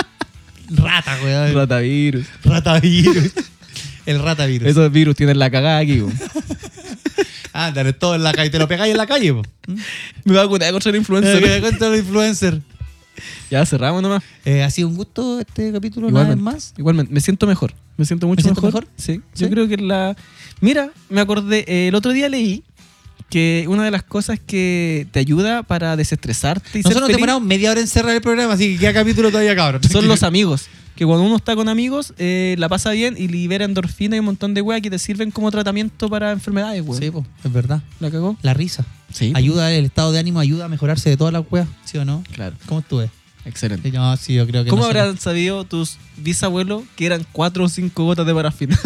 Speaker 3: Rata, weón.
Speaker 2: ratavirus.
Speaker 3: Ratavirus. El ratavirus.
Speaker 2: Esos virus tienen la cagada aquí. po.
Speaker 3: Ándale, todo en la calle. Te lo pegáis en la calle, vos.
Speaker 2: Me va a contar contra el
Speaker 3: Eh,
Speaker 2: influencer.
Speaker 3: Contra los influencer.
Speaker 2: ya cerramos nomás.
Speaker 3: Eh, ha sido un gusto este capítulo una vez
Speaker 2: Igualmente.
Speaker 3: más.
Speaker 2: Igualmente, me siento mejor. Me siento mucho
Speaker 3: siento
Speaker 2: mejor.
Speaker 3: mejor?
Speaker 2: Sí. Yo
Speaker 3: Sí.
Speaker 2: creo que la. Mira, me acordé. eh, el otro día leí que una de las cosas que te ayuda para desestresarte y ser
Speaker 3: Nosotros nos
Speaker 2: feliz
Speaker 3: demoramos media hora en cerrar el programa, así que queda capítulo todavía, cabrón.
Speaker 2: son los amigos. que cuando uno está con amigos, eh, la pasa bien y libera endorfina y un montón de weas que te sirven como tratamiento para enfermedades, weón.
Speaker 3: Sí, po, es verdad.
Speaker 2: ¿La cagó?
Speaker 3: La risa.
Speaker 2: Sí.
Speaker 3: Ayuda, el estado de ánimo ayuda a mejorarse de todas las weas, ¿sí o no?
Speaker 2: Claro,
Speaker 3: ¿Cómo estuve?
Speaker 2: excelente.
Speaker 3: Sí, No, sí, yo creo que
Speaker 2: ¿Cómo
Speaker 3: nosotros-
Speaker 2: habrán sabido tus bisabuelos que eran cuatro o cinco gotas de parafina?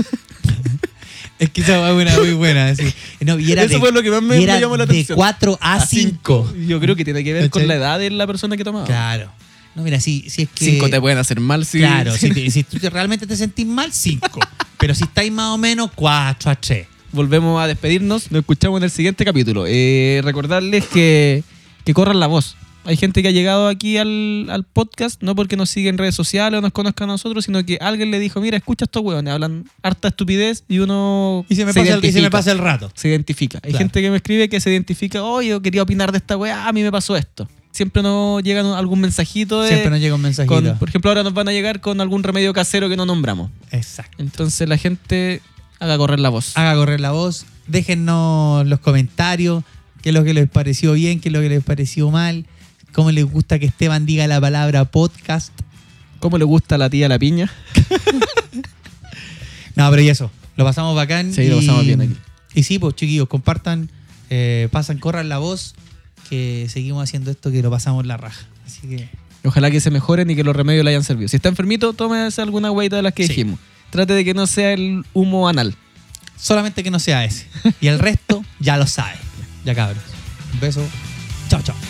Speaker 3: Es que esa fue una muy buena. así. No, y era
Speaker 2: Eso
Speaker 3: de,
Speaker 2: fue lo que más me,
Speaker 3: y era
Speaker 2: me llamó la
Speaker 3: de
Speaker 2: atención.
Speaker 3: 4 a,
Speaker 2: A
Speaker 3: 5.
Speaker 2: cinco. Yo creo que tiene que ver con
Speaker 3: ¿Cachai?
Speaker 2: la edad de la persona que tomaba.
Speaker 3: Claro. No, mira, si, si es que.
Speaker 2: Cinco te pueden hacer mal si.
Speaker 3: Claro, si, te- si tú te- realmente te sentís mal, 5. Pero si estáis más o menos, 4 a 3.
Speaker 2: Volvemos a despedirnos. Nos escuchamos en el siguiente capítulo. Eh, recordarles que, que corran la voz. Hay gente que ha llegado aquí al, al podcast, no porque nos sigue en redes sociales o nos conozca a nosotros, sino que alguien le dijo, mira, escucha a estos hueones, hablan harta estupidez y uno
Speaker 3: Y se me, pasa el, y se me
Speaker 2: identifica.
Speaker 3: pasa el rato.
Speaker 2: se identifica. Hay
Speaker 3: Claro.
Speaker 2: gente que me escribe que se identifica, oh, yo quería opinar de esta weá, a mí me pasó esto. Siempre nos llegan algún mensajito de...
Speaker 3: Siempre nos llega un mensajito.
Speaker 2: con- por ejemplo, ahora nos van a llegar con algún remedio casero que no nombramos.
Speaker 3: Exacto.
Speaker 2: Entonces la gente haga correr la voz. Ah,
Speaker 3: Haga correr la voz. Déjennos los comentarios. Qué es lo que les pareció bien, qué es lo que les pareció mal. Cómo les gusta que Esteban diga la palabra podcast.
Speaker 2: ¿Cómo le gusta a la tía la piña?
Speaker 3: No, pero y eso. Lo pasamos bacán.
Speaker 2: Sí,
Speaker 3: y,
Speaker 2: lo pasamos bien aquí.
Speaker 3: Y sí, pues chiquillos, compartan, eh, pasan, corran la voz, que seguimos haciendo esto, que lo pasamos la raja. Así que
Speaker 2: Ojalá que se mejoren y que los remedios le hayan servido. Si está enfermito, tómese alguna hueita de las que
Speaker 3: Sí.
Speaker 2: dijimos. Trate de que no sea el humo anal.
Speaker 3: solamente que no sea ese. Y el resto ya lo sabe. Ya cabros. Un beso. Chao, chao.